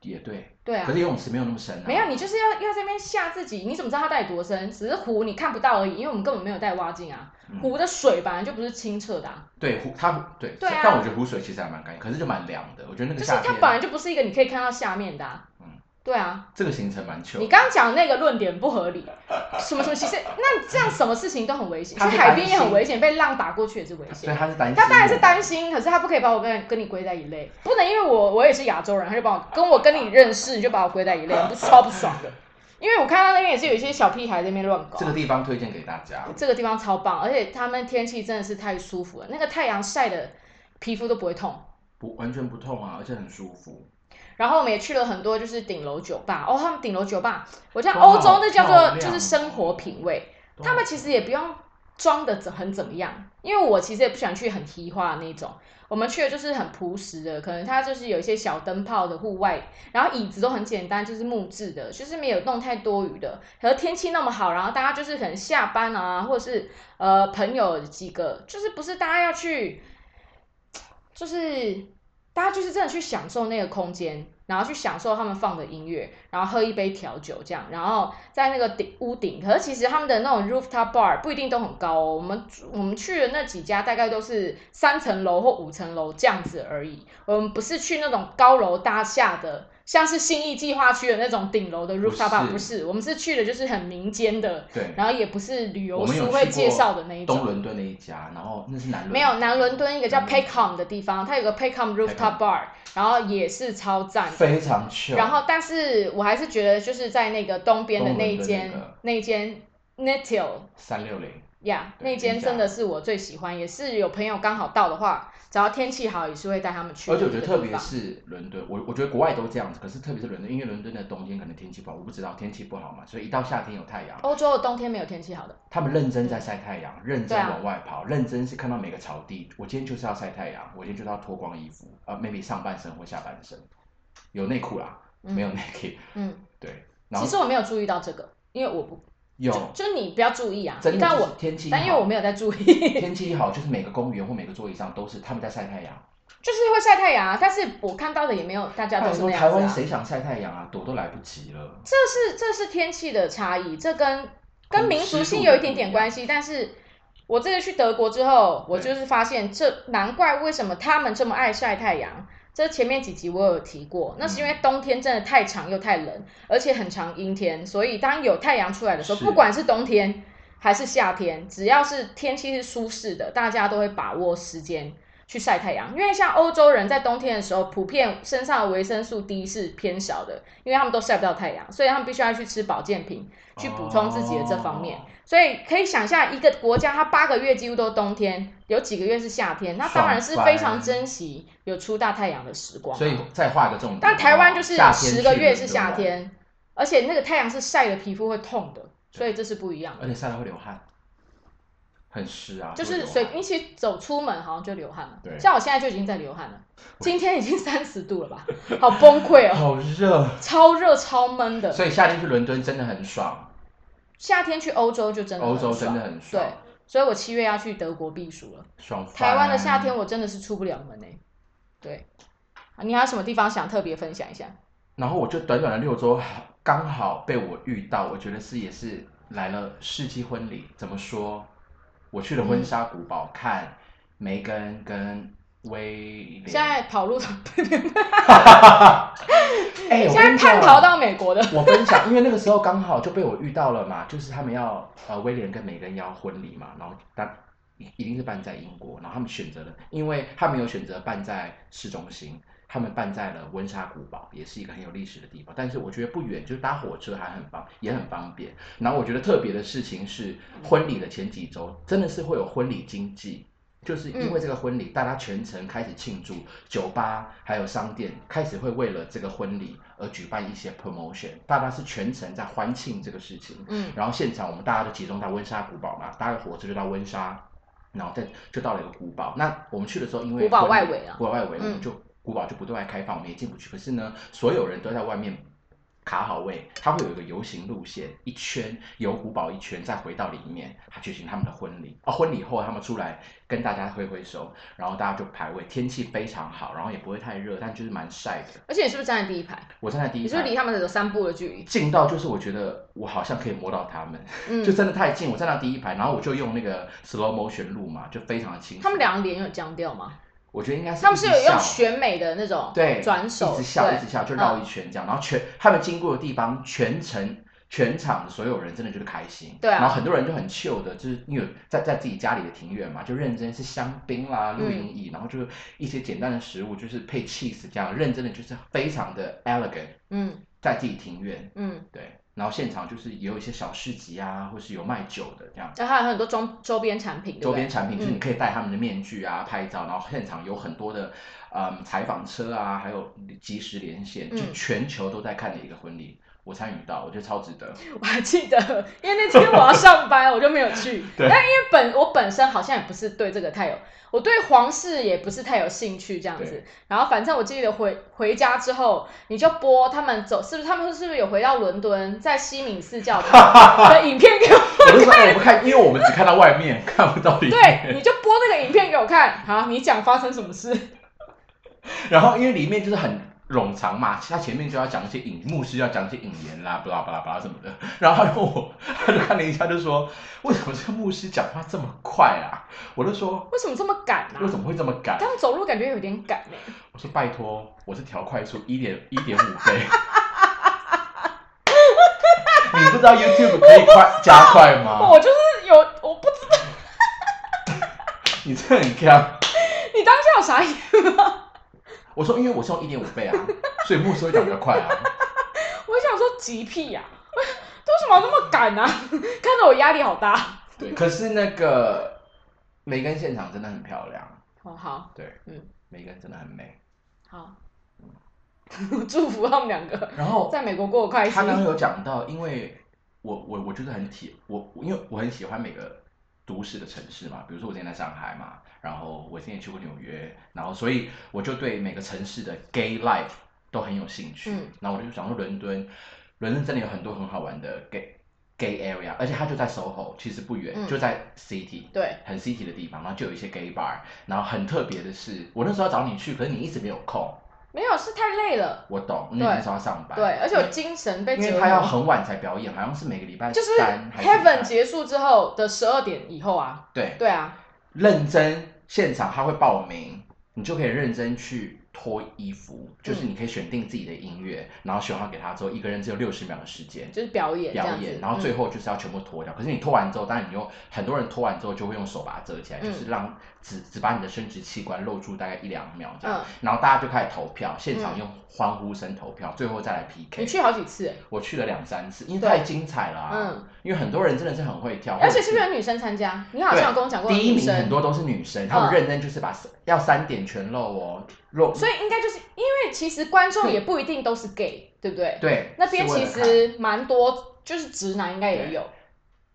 Speaker 2: 也对，
Speaker 1: 对啊
Speaker 2: 可，是游泳池没有那么深啊。
Speaker 1: 没有你就是要要在那边吓自己，你怎么知道它到底多深？只是湖你看不到而已，因为我们根本没有带蛙镜啊，
Speaker 2: 嗯
Speaker 1: 湖的水本来就不是清澈的、啊，
Speaker 2: 对湖，它对，
Speaker 1: 对啊
Speaker 2: 但我觉得湖水其实还蛮干净，可是就蛮凉的。我觉得那
Speaker 1: 就
Speaker 2: 个
Speaker 1: 是
Speaker 2: 嗯夏
Speaker 1: 它
Speaker 2: 天，
Speaker 1: 本来就不是一个你可以看到下面的、啊
Speaker 2: 嗯，
Speaker 1: 对啊，
Speaker 2: 这个行程蛮糗
Speaker 1: 你。刚刚讲的那个论点不合 理，什么什么其实，那你这样什么事情都很危险，去
Speaker 2: 他是
Speaker 1: 海边也
Speaker 2: 担
Speaker 1: 很
Speaker 2: 心
Speaker 1: 危险，被浪打过去也是危
Speaker 2: 所以
Speaker 1: 险。
Speaker 2: 他是担心，
Speaker 1: 他当然是担心，可是他不可以把我跟跟你归在一类，不能因为我我也是亚洲人，他就把我跟我跟你认识，你就把我归在 一类，不超不爽的。因为我看到那边也是有一些小屁孩在那边乱搞
Speaker 2: 这，个地方推荐给大家。
Speaker 1: 这个地方超棒，而且他们天气真的是太舒服了，那个太阳晒的皮肤都不会痛。
Speaker 2: 不完全不痛啊，而且很舒服。
Speaker 1: 然后我们也去了很多就是顶楼酒吧，哦，他们顶楼酒吧，我在
Speaker 2: 哇
Speaker 1: 欧洲那叫
Speaker 2: 好漂
Speaker 1: 做
Speaker 2: 亮
Speaker 1: 就是生活品味，
Speaker 2: 对啊
Speaker 1: 他们其实也不用装的怎很怎么样，因为我其实也不喜欢去很提花的那种。我们去的就是很朴实的，可能它就是有一些小灯泡的户外，然后椅子都很简单，就是木质的，就是没有弄太多余的。可是天气那么好，然后大家就是可能下班啊，或者是呃朋友几个，就是不是大家要去，就是大家就是真的去享受那个空间，然后去享受他们放的音乐，然后喝一杯调酒这样，然后在那个顶屋顶。可是其实他们的那种 rooftop bar 不一定都很高哦，我们我们去的那几家大概都是三层楼或五层楼这样子而已，我们不是去那种高楼大厦的。像是新义计划区的那种顶楼的 rooftop bar
Speaker 2: 不是
Speaker 1: 不是，我们是去的就是很民间的，
Speaker 2: 对，
Speaker 1: 然后也不是旅游
Speaker 2: 我们有
Speaker 1: 书
Speaker 2: 去
Speaker 1: 会
Speaker 2: 过
Speaker 1: 介绍的那一
Speaker 2: 东
Speaker 1: 种。
Speaker 2: 伦敦的一家，然后那是南伦
Speaker 1: 没有南伦敦一个叫
Speaker 2: 南伦
Speaker 1: Paycom 的地方，它有个 Paycom rooftop
Speaker 2: Paycom
Speaker 1: bar，然后也是超赞的。
Speaker 2: 非常 chill，
Speaker 1: 然后，但是我还是觉得就是在那个东边的那一间
Speaker 2: 东伦敦那个
Speaker 1: 那一间 Netil
Speaker 2: 三六零
Speaker 1: 呀、
Speaker 2: 对
Speaker 1: 那间真的是我最喜欢，也是有朋友刚好到的话，只要天气好也是会带他们去
Speaker 2: 而
Speaker 1: 的一
Speaker 2: 且
Speaker 1: 个
Speaker 2: 我觉
Speaker 1: 地方。
Speaker 2: 得，特别是伦敦，我我觉得国外都这样子，可是特别是伦敦，因为伦敦的冬天可能天气不好，我不知道天气不好嘛，所以一到夏天有太阳，
Speaker 1: 欧洲的冬天没有天气好的，
Speaker 2: 他们认真在晒太阳，认
Speaker 1: 对
Speaker 2: 真
Speaker 1: 啊
Speaker 2: 往外跑，认真是看到每个草地，我今天就是要晒太阳，我今天就是要脱光衣服，呃，maybe 上半身或下半身，有内裤啦，
Speaker 1: 嗯
Speaker 2: 没有 naked，
Speaker 1: 嗯，
Speaker 2: 对，
Speaker 1: 其
Speaker 2: 然后
Speaker 1: 实我没有注意到这个，因为我不就
Speaker 2: 有，
Speaker 1: 就你不要注意啊，
Speaker 2: 真的
Speaker 1: 但
Speaker 2: 就
Speaker 1: 我
Speaker 2: 是天气一好，
Speaker 1: 但因为我没有在注意，
Speaker 2: 天气一好，就是每个公园或每个座椅上都是他们在晒太阳。
Speaker 1: 就是会晒太阳啊，但是我看到的也没有大家都
Speaker 2: 拜
Speaker 1: 是
Speaker 2: 托
Speaker 1: 那样
Speaker 2: 台
Speaker 1: 子
Speaker 2: 湾
Speaker 1: 啊。
Speaker 2: 谁想晒太阳啊？躲都来不及了。
Speaker 1: 这是这是天气的差异，这跟跟
Speaker 2: 跟
Speaker 1: 民族
Speaker 2: 湿
Speaker 1: 性
Speaker 2: 度
Speaker 1: 有
Speaker 2: 的
Speaker 1: 一点
Speaker 2: 不
Speaker 1: 点
Speaker 2: 一
Speaker 1: 关
Speaker 2: 样
Speaker 1: 系，但是我这次去德国之后，我就
Speaker 2: 对
Speaker 1: 是发现这难怪为什么他们这么爱晒太阳。这前面几集我有提过，那是
Speaker 2: 嗯
Speaker 1: 因为冬天真的太长又太冷，而且很长阴天，所以当有太阳出来的时候，
Speaker 2: 是
Speaker 1: 不管是冬天还是夏天，只要是天气是舒适的，大家都会把握时间去晒太阳。因为像欧洲人在冬天的时候，普遍身上的维生素 D 是偏少的，因为他们都晒不到太阳，所以他们必须要去吃保健品去补充自己的这方面。
Speaker 2: 哦
Speaker 1: 所以可以想象，一个国家它八个月几乎都是冬天，有几个月是夏天，那当然是非常珍惜有出大太阳的时光啊、
Speaker 2: 哦所以再画一个重点。
Speaker 1: 但台湾就是
Speaker 2: 夏天去
Speaker 1: 十个月是
Speaker 2: 伦敦
Speaker 1: 夏
Speaker 2: 玩，
Speaker 1: 天，而且那个太阳是晒的皮肤会痛的，所以这是不一样的。
Speaker 2: 而且晒了会流汗，很湿啊。
Speaker 1: 就
Speaker 2: 会
Speaker 1: 是
Speaker 2: 流汗
Speaker 1: 随你其实走出门好像就流汗了，
Speaker 2: 对
Speaker 1: 像我现在就已经在流汗了，今天已经三十度了吧，好崩溃哦，
Speaker 2: 好热，
Speaker 1: 超热超闷的。
Speaker 2: 所以夏天去伦敦真的很爽，
Speaker 1: 夏天去欧洲就真的
Speaker 2: 欧洲
Speaker 1: 很爽
Speaker 2: 真的很爽，
Speaker 1: 对，所以我七月要去德国避暑了。
Speaker 2: 爽翻。
Speaker 1: 台湾的夏天我真的是出不了门哎、对，你还有什么地方想特别分享一下？
Speaker 2: 然后我就短短的六周，刚好被我遇到，我觉得是也是来了世纪婚礼。怎么说？我去了婚纱古堡、看梅根跟威廉。
Speaker 1: 现在跑路，现
Speaker 2: 哎，我跟
Speaker 1: 在
Speaker 2: 你讲
Speaker 1: 叛逃到美国的，
Speaker 2: 我分享，因为那个时候刚好就被我遇到了嘛，就是他们要呃威廉跟梅根要婚礼嘛，然后他一定是办在英国，然后他们选择了，因为他们有选择办在市中心，他们办在了温莎古堡，也是一个很有历史的地方，但是我觉得不远，就是搭火车还很方，也很方便。然后我觉得特别的事情是，婚礼的前几周真的是会有婚礼经济。就是因为这个婚礼，大家全程开始庆祝，酒吧还有商店开始会为了这个婚礼而举办一些 promotion，大家是全程在欢庆这个事情。
Speaker 1: 嗯，
Speaker 2: 然后现场我们大家都集中到温莎古堡嘛，搭个火车就到温莎，然后再就到了一个古堡。那我们去的时候，因为
Speaker 1: 古堡
Speaker 2: 婚礼
Speaker 1: 外围啊
Speaker 2: 古堡外围，
Speaker 1: 嗯
Speaker 2: 我们就古堡就不对外开放，我们也进不去。可是呢，所有人都在外面卡好位，它会有一个游行路线，一圈游古堡一圈，再回到里面，他举行他们的婚礼。啊，婚礼后他们出来跟大家挥挥手，然后大家就排位，天气非常好，然后也不会太热，但就是蛮晒的。
Speaker 1: 而且你是不是站在第一排？
Speaker 2: 我站在第
Speaker 1: 你
Speaker 2: 一
Speaker 1: 是不是离
Speaker 2: 排，
Speaker 1: 他们有三步的距离？
Speaker 2: 近到就是我觉得我好像可以摸到他们。
Speaker 1: 嗯
Speaker 2: 就，真的太近，我站到第一排，然后我就用那个 slow motion 录嘛，就非常的清楚。
Speaker 1: 他们两个脸有僵掉吗？
Speaker 2: 我觉得应该是
Speaker 1: 他们是
Speaker 2: 一直
Speaker 1: 有用
Speaker 2: 笑
Speaker 1: 选美的那种
Speaker 2: 对
Speaker 1: 转手
Speaker 2: 一直笑
Speaker 1: 对
Speaker 2: 一直笑，就绕一圈这样，然后全他们经过的地方，全程全场所有人真的就是开心，
Speaker 1: 对啊
Speaker 2: 然后很多人就很 chill 的，就是因为在在自己家里的庭院嘛，就认真是香槟啦、露营
Speaker 1: 嗯
Speaker 2: 椅，然后就是一些简单的食物，就是配 cheese 这样，认真的就是非常的 elegant，
Speaker 1: 嗯
Speaker 2: 在自己庭院
Speaker 1: 嗯，
Speaker 2: 对。然后现场就是也有一些小市集啊，或是有卖酒的这样，
Speaker 1: 然后还有很多周周边产品，对
Speaker 2: 周
Speaker 1: 不对
Speaker 2: 边？产品，就是
Speaker 1: 嗯
Speaker 2: 你可以戴他们的面具啊、拍照，然后现场有很多的嗯采访车啊，还有即时连线，
Speaker 1: 嗯
Speaker 2: 就全球都在看的一个婚礼。我参与到，我觉得超值得。
Speaker 1: 我还记得， 因为那天我要上班，我就没有去。
Speaker 2: 对
Speaker 1: 但因为本我本身好像也不是对这个太有，我对皇室也不是太有兴趣这样子
Speaker 2: 对。
Speaker 1: 然后反正我记得回回家之后，你就播他们走，是不是他们是不是有回到伦敦，在西敏寺教 堂的影片给我？
Speaker 2: 我就说，哎，我不看，因为我们只看到外面，看不到里面。
Speaker 1: 对，你就播那个影片给我看。好，你讲发生什么 事？
Speaker 2: 然后因为里面就是很冗长嘛，他前面就要讲一些引牧师要讲一些引言啦，巴拉巴拉巴拉什么的。然后他就问我， 他就看了一下，就说为什么这个牧师讲话这么快啊？我就说
Speaker 1: 为什么这么赶啊
Speaker 2: 为？什么会这么赶？
Speaker 1: 刚走路感觉有点赶哎、
Speaker 2: 我说拜托，我是调快速一点一点五倍。 你不知道 YouTube 可以快加快吗？
Speaker 1: 我就是有，我不知道
Speaker 2: 你这很强。
Speaker 1: 你当下有啥意思吗？
Speaker 2: 我说因为我是用一点五倍啊，所以牧师会讲比较快啊。
Speaker 1: 我想说急屁呀、 我为什么要那么赶啊？ 看得我压力好大。
Speaker 2: 对，可是那个梅根现场真的很漂亮，
Speaker 1: 哦，好
Speaker 2: 对，
Speaker 1: 嗯，
Speaker 2: 梅根真的很美。
Speaker 1: 好， 祝福他们两个
Speaker 2: 然后
Speaker 1: 在美国过得快
Speaker 2: 哦他
Speaker 1: 心。
Speaker 2: 刚刚有讲到，因为我我我就是很体我因为我很喜欢每个都市的城市嘛，比如说我之前在上海嘛，然后我之前也去过纽约，然后所以我就对每个城市的 gay life 都很有兴趣。
Speaker 1: 嗯
Speaker 2: 然后我就想说伦敦，伦敦真的有很多很好玩的 gay gay area，而且它就在 SOHO，其实不远，
Speaker 1: 嗯
Speaker 2: 就在 City。
Speaker 1: 对，
Speaker 2: 很 city 的地方，然后就有一些 gay bar，然后很特别的是，我那时候要找你去，可是你一直没有空。
Speaker 1: 没有是太累了，
Speaker 2: 我懂，因为你那时候要上班。
Speaker 1: 对，而且我精神被
Speaker 2: 因
Speaker 1: 折
Speaker 2: 为他要
Speaker 1: 磨。
Speaker 2: 很晚才表演，好像是每个礼拜
Speaker 1: 就是
Speaker 2: 三还是礼拜
Speaker 1: Heaven 结束之后的十二点以后啊，
Speaker 2: 对，
Speaker 1: 对啊，
Speaker 2: 认真现场他会报名，你就可以认真去脱衣服，
Speaker 1: 嗯
Speaker 2: 就是你可以选定自己的音乐，然后选好给他之后，一个人只有六十秒的时间
Speaker 1: 就是表演这
Speaker 2: 表
Speaker 1: 样子嗯
Speaker 2: 演，，然后最后就是要全部脱掉。可是你脱完之后，当然你用很多人脱完之后就会用手把它遮起来，
Speaker 1: 嗯
Speaker 2: 就是让只只把你的生殖器官露出大概一两秒这样，
Speaker 1: 嗯，
Speaker 2: 然后大家就开始投票，现场
Speaker 1: 嗯
Speaker 2: 用欢呼声投票，最后再来
Speaker 1: 你
Speaker 2: PK。
Speaker 1: 去好几次欸，
Speaker 2: 我去了两三次，因为
Speaker 1: 对
Speaker 2: 太精彩了、啊。
Speaker 1: 嗯，
Speaker 2: 因为很多人真的是很会跳，
Speaker 1: 而且是不是
Speaker 2: 或者
Speaker 1: 有女生参加？你好像有跟我讲过有
Speaker 2: 第一
Speaker 1: 女
Speaker 2: 名很
Speaker 1: 生，嗯
Speaker 2: 多都是女生，她们认真就是把三要三点全露哦，露
Speaker 1: 所以应该就是因为其实观众也不一定都是 gay，对不对？
Speaker 2: 对
Speaker 1: 那边
Speaker 2: 是为
Speaker 1: 其
Speaker 2: 了看
Speaker 1: 实蛮多，就是直男应该也有，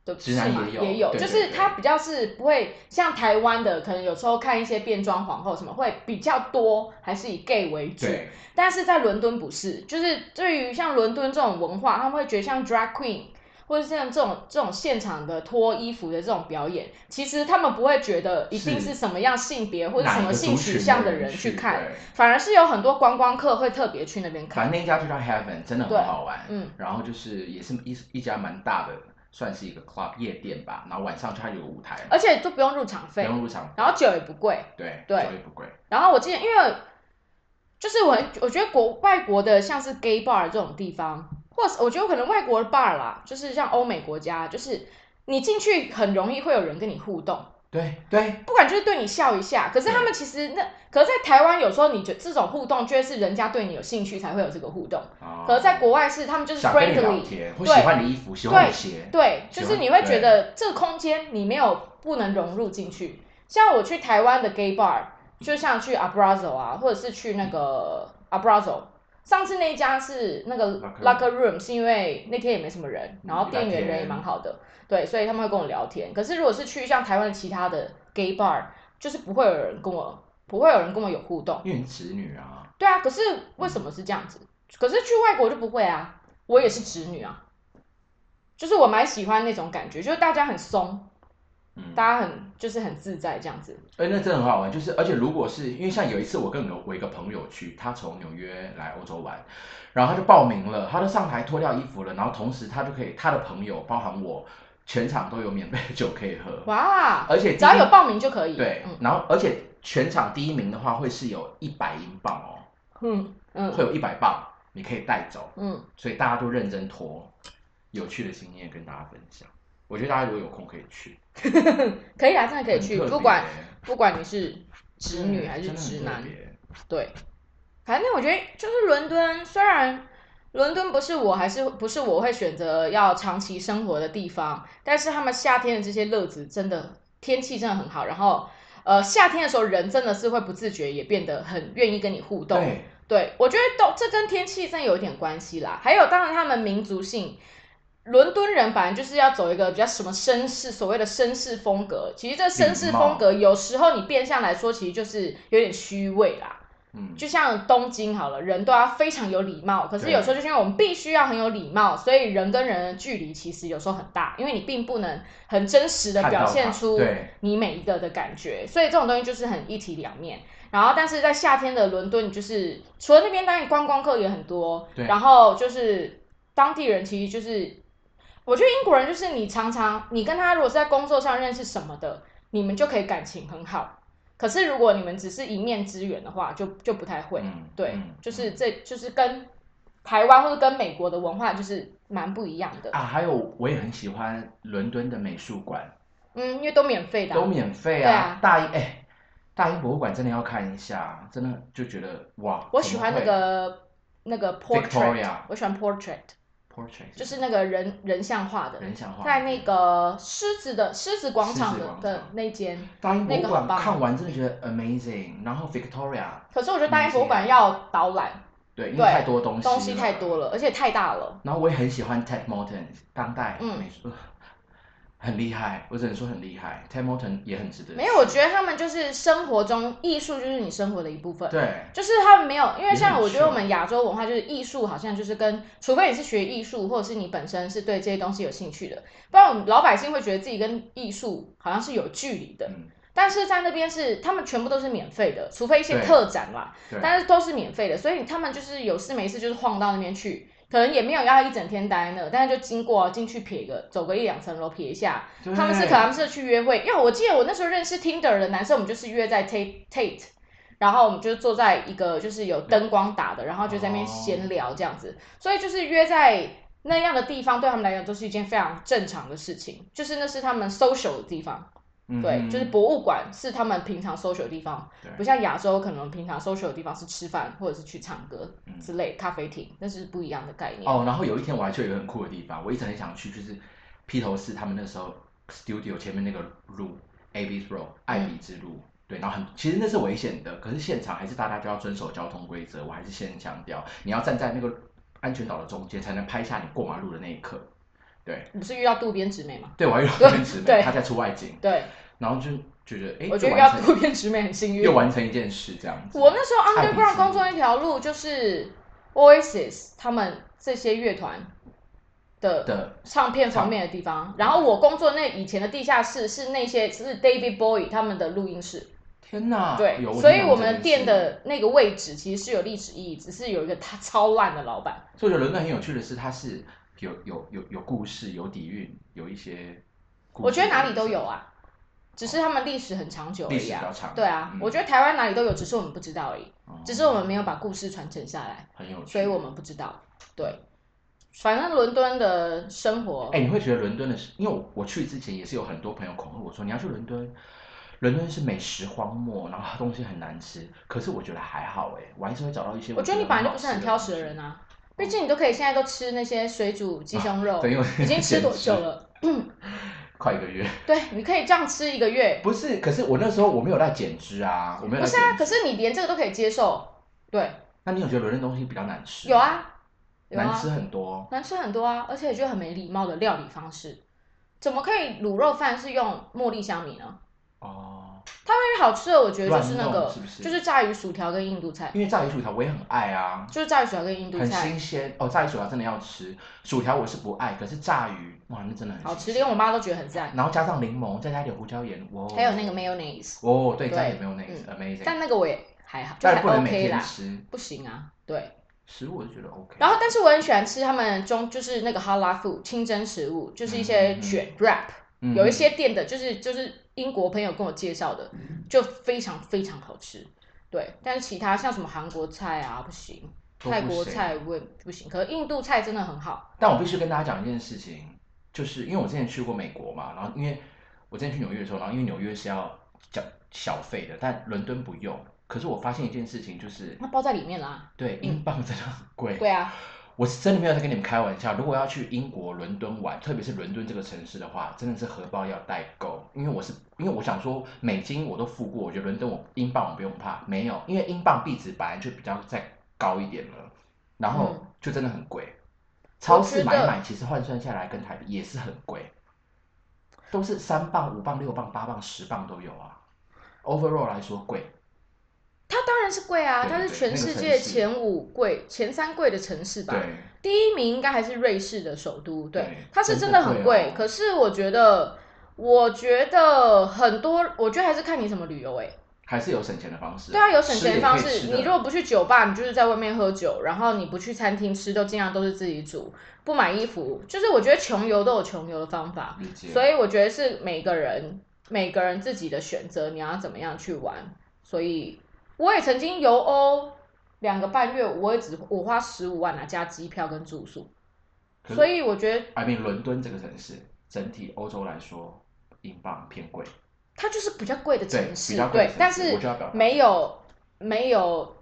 Speaker 1: 对，
Speaker 2: 直男
Speaker 1: 是吗
Speaker 2: 也有
Speaker 1: 也有，
Speaker 2: 对
Speaker 1: 就
Speaker 2: 对
Speaker 1: 是
Speaker 2: 对
Speaker 1: 他比较是不会像台湾的，可能有时候看一些变装皇后什么会比较多，还是以 gay 为主。
Speaker 2: 对
Speaker 1: 但是在伦敦不是，就是对于像伦敦这种文化，他们会觉得像 drag queen 或者像这种这种现场的脱衣服的这种表演，其实他们不会觉得一定
Speaker 2: 是
Speaker 1: 是什么样性别或者
Speaker 2: 哪
Speaker 1: 什
Speaker 2: 一
Speaker 1: 么
Speaker 2: 个
Speaker 1: 性
Speaker 2: 族
Speaker 1: 取
Speaker 2: 群
Speaker 1: 向
Speaker 2: 的
Speaker 1: 人去
Speaker 2: 去
Speaker 1: 看，
Speaker 2: 对
Speaker 1: 反而是有很多观光客会特别去那边看。
Speaker 2: 反正那一家就叫 Heaven，真的
Speaker 1: 对
Speaker 2: 很好玩。
Speaker 1: 嗯，
Speaker 2: 然后就是也是一一家蛮大的，算是一个 club 夜店吧。然后晚上就它有个舞台，
Speaker 1: 而且都不用入场
Speaker 2: 不
Speaker 1: 费，
Speaker 2: 用入场，
Speaker 1: 然后酒也不贵。
Speaker 2: 对
Speaker 1: 对
Speaker 2: 酒也不贵。
Speaker 1: 然后我记得，因为就是我我觉得国外国的像是 gay bar 这种地方，或是我觉得可能外国的 bar 啦，就是像欧美国家，就是你进去很容易会有人跟你互动，
Speaker 2: 对对，
Speaker 1: 不管就是对你笑一下。可是他们其实那，可是在台湾有时候你觉得这种互动，就会是人家对你有兴趣才会有这个互动。
Speaker 2: 哦
Speaker 1: 可是在国外是他们就是
Speaker 2: 想跟你聊
Speaker 1: friendly，
Speaker 2: 天，会
Speaker 1: 对
Speaker 2: 喜欢你的衣服，喜欢你的鞋，
Speaker 1: 对，
Speaker 2: 喜
Speaker 1: 就
Speaker 2: 欢
Speaker 1: 是你会觉得这个空间你没有不能融入进去。像我去台湾的 gay bar，就像去 Abrazo 啊，或者是去那个 Abrazo。上次那一家是那个
Speaker 2: 嗯
Speaker 1: locker
Speaker 2: Locker
Speaker 1: room，是因为那天也没什么人，然后店员人也
Speaker 2: 嗯聊天
Speaker 1: 蛮好的，对，所以他们会跟我聊天。可是如果是去像台湾的其他的 gay bar，就是不会有人跟我，不会有人跟我有互动。
Speaker 2: 因为你是直女啊。
Speaker 1: 对啊，可是为什么是这样子？可是去外国就不会啊，我也是直女啊，就是我蛮喜欢那种感觉，就是大家很松，
Speaker 2: 嗯，
Speaker 1: 大家很就是很自在这样子。
Speaker 2: 哎，那真的很好玩，就是而且如果是因为像有一次我跟我一个朋友去，他从纽约来欧洲玩，然后他就报名了，他就上台脱掉衣服了，然后同时他就可以他的朋友包含我，全场都有免费的酒可以喝，
Speaker 1: 哇，
Speaker 2: 而且第一
Speaker 1: 只要有报名就可以。
Speaker 2: 对，
Speaker 1: 嗯
Speaker 2: 然后而且全场第一名的话会是有一百英镑哦，
Speaker 1: 嗯嗯
Speaker 2: 会有一百磅你可以带走，
Speaker 1: 嗯，
Speaker 2: 所以大家都认真脱，有趣的经验跟大家分享，我觉得大家如果有空可以去，
Speaker 1: 可以啊，真的可以去，
Speaker 2: 很特别
Speaker 1: 不管不管你是直女还是
Speaker 2: 真的很
Speaker 1: 直
Speaker 2: 特
Speaker 1: 男，
Speaker 2: 别
Speaker 1: 对，反正我觉得就是伦敦，虽然伦敦不是我还是不是我会选择要长期生活的地方，但是他们夏天的这些乐子真的天气真的很好，然后呃夏天的时候人真的是会不自觉也变得很愿意跟你互动，
Speaker 2: 对。
Speaker 1: 对，我觉得都这跟天气真的有一点关系啦。还有，当然他们民族性，伦敦人本来就是要走一个比较什么绅士，所谓的绅士风格。其实这绅士
Speaker 2: 礼貌
Speaker 1: 风格有时候你变相来说，其实就是有点虚伪啦。
Speaker 2: 嗯，
Speaker 1: 就像东京好了，人都要非常有礼貌，可是
Speaker 2: 对
Speaker 1: 有时候就是因为我们必须要很有礼貌，所以人跟人的距离其实有时候很大，因为你并不能很真实的
Speaker 2: 看
Speaker 1: 表
Speaker 2: 到
Speaker 1: 现
Speaker 2: 它
Speaker 1: 出
Speaker 2: 对
Speaker 1: 你每一个的感觉，所以这种东西就是很一体两面。然后，但是在夏天的伦敦，你就是除了那边当然观光客也很多，
Speaker 2: 对
Speaker 1: 然后就是当地人其实就是，我觉得英国人就是你常常你跟他如果是在工作上认识什么的，你们就可以感情很好。可是如果你们只是一面之缘的话，就就不太会。
Speaker 2: 嗯
Speaker 1: 对，
Speaker 2: 嗯
Speaker 1: 就是这就是跟台湾或者跟美国的文化就是蛮不一样的。
Speaker 2: 啊，还有我也很喜欢伦敦的美术馆，
Speaker 1: 嗯，因为都免费的啊、
Speaker 2: 都免费
Speaker 1: 对
Speaker 2: 啊
Speaker 1: 啊，
Speaker 2: 大英哎、大英博物馆真的要看一下，真的就觉得哇，
Speaker 1: 我喜欢那
Speaker 2: 怎么
Speaker 1: 个那个 portrait，
Speaker 2: Victoria
Speaker 1: 我喜欢 portrait，
Speaker 2: 会 portrait，
Speaker 1: 就是那个人人像画的，
Speaker 2: 人像画，
Speaker 1: 在那个狮子的狮子广场的
Speaker 2: 狮子广场
Speaker 1: 的那间。
Speaker 2: 大英博物
Speaker 1: 那个
Speaker 2: 馆
Speaker 1: 很棒
Speaker 2: 看完真的觉得 amazing，然后 Victoria
Speaker 1: 可是我觉得大英博物
Speaker 2: 嗯
Speaker 1: 馆要导览，
Speaker 2: 对，因为
Speaker 1: 对
Speaker 2: 太多东西
Speaker 1: 东西太多
Speaker 2: 了。
Speaker 1: 了，而且太大了。
Speaker 2: 然后我也很喜欢 Ted Morton 当代
Speaker 1: 嗯
Speaker 2: 美术，很厉害，我只能说很厉害。Ted Morton 也很值得。
Speaker 1: 没有，我觉得他们就是生活中艺术就是你生活的一部分。
Speaker 2: 对
Speaker 1: 就是他们没有，因为像
Speaker 2: 也很
Speaker 1: 我觉得我
Speaker 2: 秀
Speaker 1: 们亚洲文化就是艺术，好像就是跟，除非你是学艺术，或者是你本身是对这些东西有兴趣的，不然我们老百姓会觉得自己跟艺术好像是有距离的。
Speaker 2: 嗯
Speaker 1: 但是在那边是他们全部都是免费的，除非一些
Speaker 2: 对
Speaker 1: 特展啦，
Speaker 2: 对，
Speaker 1: 但是都是免费的，所以他们就是有事没事就是晃到那边去，可能也没有要一整天待在那，但是就经过进去瞥个，走个一两层楼瞥一下，
Speaker 2: 对
Speaker 1: 他们是可能他们是去约会，因为我记得我那时候认识 Tinder 的男生，我们就是约在 Tate Tate，然后我们就坐在一个就是有灯光打的，然后就在那边闲聊这样子，所以就是约在那样的地方，对他们来讲都是一件非常正常的事情，就是那是他们 social 的地方，
Speaker 2: 嗯
Speaker 1: 对，
Speaker 2: 嗯
Speaker 1: 就是博物馆是他们平常 social 的地方
Speaker 2: 对，
Speaker 1: 不像亚洲可能平常 social 的地方是吃饭或者是去唱歌
Speaker 2: 嗯
Speaker 1: 之类，咖啡厅那是不一样的概念。
Speaker 2: 哦。然后有一天我还去了一个很酷的地方，我一直很想去，就是披头士他们那时候 studio 前面那个路 Abbey's Road 艾比之
Speaker 1: 嗯
Speaker 2: 路。对，然后很其实那是危险的，可是现场还是大家就要遵守交通规则。我还是先强调，你要站在那个安全岛的中间，才能拍下你过马路的那一刻。对，
Speaker 1: 你不是遇到渡边直美吗？
Speaker 2: 对我还遇到很直
Speaker 1: 对
Speaker 2: 美，他在出外景，
Speaker 1: 对，
Speaker 2: 然后就觉得哎，
Speaker 1: 我觉得
Speaker 2: 又
Speaker 1: 遇到
Speaker 2: 完
Speaker 1: 渡
Speaker 2: 成
Speaker 1: 边直美很幸运
Speaker 2: 又。完成一件事这样子。
Speaker 1: 我那时候
Speaker 2: 爱彼
Speaker 1: underground
Speaker 2: 此
Speaker 1: 工作那条路就是 Oasis 他们这些乐团的
Speaker 2: 的
Speaker 1: 唱片方面的地方，然后我工作那以前的地下室是那些是 David Bowie 他们的录音室，
Speaker 2: 天哪，
Speaker 1: 对
Speaker 2: 啊有，
Speaker 1: 所以我们的店，
Speaker 2: 听到这件事
Speaker 1: 的那个位置其实是有历史意义，只是有一个他超烂的老板，
Speaker 2: 所以我觉得伦敦很有趣的是，它是有有有有故事，有底蕴，有一些故事，
Speaker 1: 我觉得哪里都有啊，只是他们历史很长久而
Speaker 2: 历史
Speaker 1: 已
Speaker 2: 比较
Speaker 1: 啊，
Speaker 2: 长，嗯哦
Speaker 1: 对啊，我觉得台湾哪里都有，只是我们不知道而已，
Speaker 2: 得
Speaker 1: 只是我们没有把故事传承下来。
Speaker 2: 很有趣，
Speaker 1: 所以我们不知道。对，反正伦敦的生活，
Speaker 2: 哎、你会觉得伦敦的是，因为我我去之前也是有很多朋友恐吓我说你要去伦敦，伦敦是美食荒漠，然后它东西很难吃。可是我觉得还好哎、我还是会找到一些
Speaker 1: 我觉得你本来就不是很挑食的
Speaker 2: 的
Speaker 1: 人啊，毕竟你都可以现在都吃那些水煮鸡胸肉，
Speaker 2: 东啊西，对，因为
Speaker 1: 已经吃 多久？了？
Speaker 2: 快一个月。
Speaker 1: 对，你可以这样吃一个月，
Speaker 2: 不是，可是我那时候我没有在减脂啊，我没有
Speaker 1: 不
Speaker 2: 在
Speaker 1: 是
Speaker 2: 减
Speaker 1: 啊？
Speaker 2: 脂。
Speaker 1: 可是你连这个都可以接受，对，
Speaker 2: 那你有觉得伦敦东西比较难吃？
Speaker 1: 有，啊，有
Speaker 2: 难
Speaker 1: 啊
Speaker 2: 吃，很多。
Speaker 1: 难吃很多啊，而且就很没礼貌的料理方式。怎么可以卤肉饭是用茉莉香米呢？
Speaker 2: 哦，
Speaker 1: 最好吃的我觉得就是那
Speaker 2: 乱
Speaker 1: 个，
Speaker 2: 弄是不是
Speaker 1: 就是炸鱼薯条跟印度菜，
Speaker 2: 因为炸鱼薯条我也很爱啊，
Speaker 1: 就是炸鱼薯条跟印度
Speaker 2: 很
Speaker 1: 菜
Speaker 2: 新鲜哦。炸鱼薯条真的要吃，薯条我是不爱，可是炸鱼哇，那真的很
Speaker 1: 好吃，
Speaker 2: 新鲜
Speaker 1: 连我妈都觉得很赞。
Speaker 2: 然后加上柠檬，再加一点胡椒盐，哇、
Speaker 1: 还有那个 mayonnaise，
Speaker 2: 哦，对，
Speaker 1: 对嗯
Speaker 2: 加点没有那个 amazing，
Speaker 1: 但那个我也还好，就
Speaker 2: 但
Speaker 1: 还
Speaker 2: 不能每
Speaker 1: OK
Speaker 2: 天
Speaker 1: 啦，
Speaker 2: 吃，
Speaker 1: 不行啊，对。
Speaker 2: 食物我就觉得 OK。
Speaker 1: 然后，但是我很喜欢吃他们中就是那个 halal food 清真食物，就是一些卷 wrap，、
Speaker 2: 嗯
Speaker 1: 有一些店的，就是就是英国朋友跟我介绍的，
Speaker 2: 嗯
Speaker 1: 就非常非常好吃。对，但是其他像什么韩国菜啊不行，
Speaker 2: 都不行
Speaker 1: 泰国菜我也不行，可是印度菜真的很好。
Speaker 2: 嗯但我必须跟大家讲一件事情，就是因为我之前去过美国嘛，然后因为我之前去纽约的时候，然后因为纽约是要缴小费的，但伦敦不用。可是我发现一件事情，就是
Speaker 1: 那包在里面啦，
Speaker 2: 对英镑真的很贵。
Speaker 1: 对啊，
Speaker 2: 我是真的没有在跟你们开玩笑。如果要去英国伦敦玩，特别是伦敦这个城市的话，真的是荷包要带够，因为我是因为我想说美金我都付过，我觉得伦敦我英镑我不用怕，没有，因为英镑币值本来就比较在高一点了，然后
Speaker 1: 嗯
Speaker 2: 就真的很贵。超
Speaker 1: 觉
Speaker 2: 市
Speaker 1: 得
Speaker 2: 买买其实换算下来跟台币也是很贵，都是三磅、五磅、六磅、八磅、十磅都有啊。Overall 来说贵，
Speaker 1: 它当然是贵啊，
Speaker 2: 对
Speaker 1: 它是
Speaker 2: 对
Speaker 1: 全
Speaker 2: 那个
Speaker 1: 世
Speaker 2: 城
Speaker 1: 界
Speaker 2: 市
Speaker 1: 前五贵、前三贵的城市吧。
Speaker 2: 对，
Speaker 1: 第一名应该还是瑞士的首都，对，
Speaker 2: 对
Speaker 1: 它是真的很
Speaker 2: 真的贵
Speaker 1: 贵。
Speaker 2: 哦
Speaker 1: 可是我觉得，我觉得很多，我觉得还是看你什么旅游欸诶、
Speaker 2: 还是有省钱的方式。
Speaker 1: 对啊，有省钱的方
Speaker 2: 吃也可以
Speaker 1: 式。
Speaker 2: 吃的
Speaker 1: 你如果不去酒吧，你就是在外面喝酒，然后你不去餐厅吃，都尽量都是自己煮，不买衣服。就是我觉得穷游都有穷游的方法，
Speaker 2: 理解，
Speaker 1: 所以我觉得是每个人每个人自己的选择，你要怎么样去玩。所以我也曾经游欧两个半月，我也只我花十五万啊，加机票跟住宿。
Speaker 2: 可是
Speaker 1: 所以我觉得
Speaker 2: I mean 伦敦这个城市整体欧洲来说，英镑偏贵，
Speaker 1: 它就是比较贵的
Speaker 2: 对
Speaker 1: 城，市
Speaker 2: 比，较贵的
Speaker 1: 对
Speaker 2: 城，
Speaker 1: 但
Speaker 2: 市
Speaker 1: 是
Speaker 2: 我就要表达
Speaker 1: 没有没有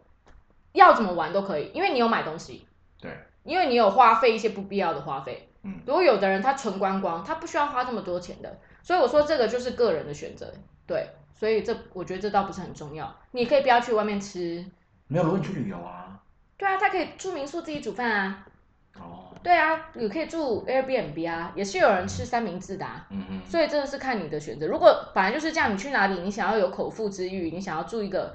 Speaker 1: 要怎么玩都可以，因为你有买东西，
Speaker 2: 对，
Speaker 1: 因为你有花费一些不必要的花费。
Speaker 2: 嗯，
Speaker 1: 如果有的人他纯观光，他不需要花这么多钱的，所以我说这个就是个人的选择，对，所以这我觉得这倒不是很重要，你可以不要去外面吃，
Speaker 2: 没有，如果你去旅游啊，
Speaker 1: 对啊，他可以住民宿自己煮饭啊，
Speaker 2: 哦，
Speaker 1: 对啊，你可以住 Airbnb 啊，也是有人吃三明治的啊。
Speaker 2: 嗯嗯，
Speaker 1: 所以真的是看你的选择。如果本来就是这样，你去哪里，你想要有口腹之欲，你想要住一个，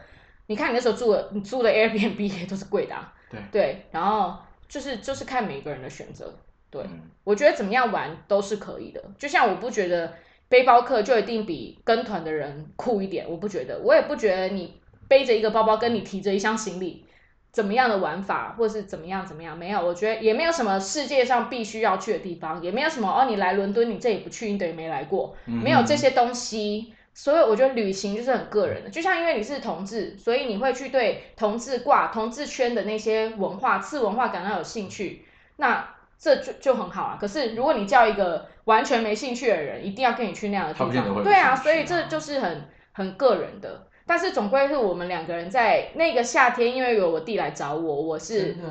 Speaker 1: 你看你那时候住的，你租的 Airbnb 也都是贵的、啊，
Speaker 2: 对
Speaker 1: 对，然后就是就是看每个人的选择。对
Speaker 2: 嗯
Speaker 1: 我觉得怎么样玩都是可以的，就像我不觉得背包客就一定比跟团的人酷一点，我不觉得，我也不觉得你背着一个包包跟你提着一箱行李。怎么样的玩法，或是怎么样怎么样，没有，我觉得也没有什么世界上必须要去的地方，也没有什么哦，你来伦敦你这也不去，你等于没来过，
Speaker 2: 嗯
Speaker 1: 没有这，些东西，所以我觉得旅行就是很个人的。就像因为你是同志，所以你会去对同志挂、同志圈的那些文化、次文化感到有兴趣，那这就就很好啊。可是如果你叫一个完全没兴趣的人，一定要跟你去那样的
Speaker 2: 他
Speaker 1: 地
Speaker 2: 不见得
Speaker 1: 方，
Speaker 2: 会有
Speaker 1: 对啊，
Speaker 2: 兴趣啊
Speaker 1: 所以这就是很很个人的。但是总归是我们两个人在那个夏天，因为有我弟来找我，我是
Speaker 2: 真的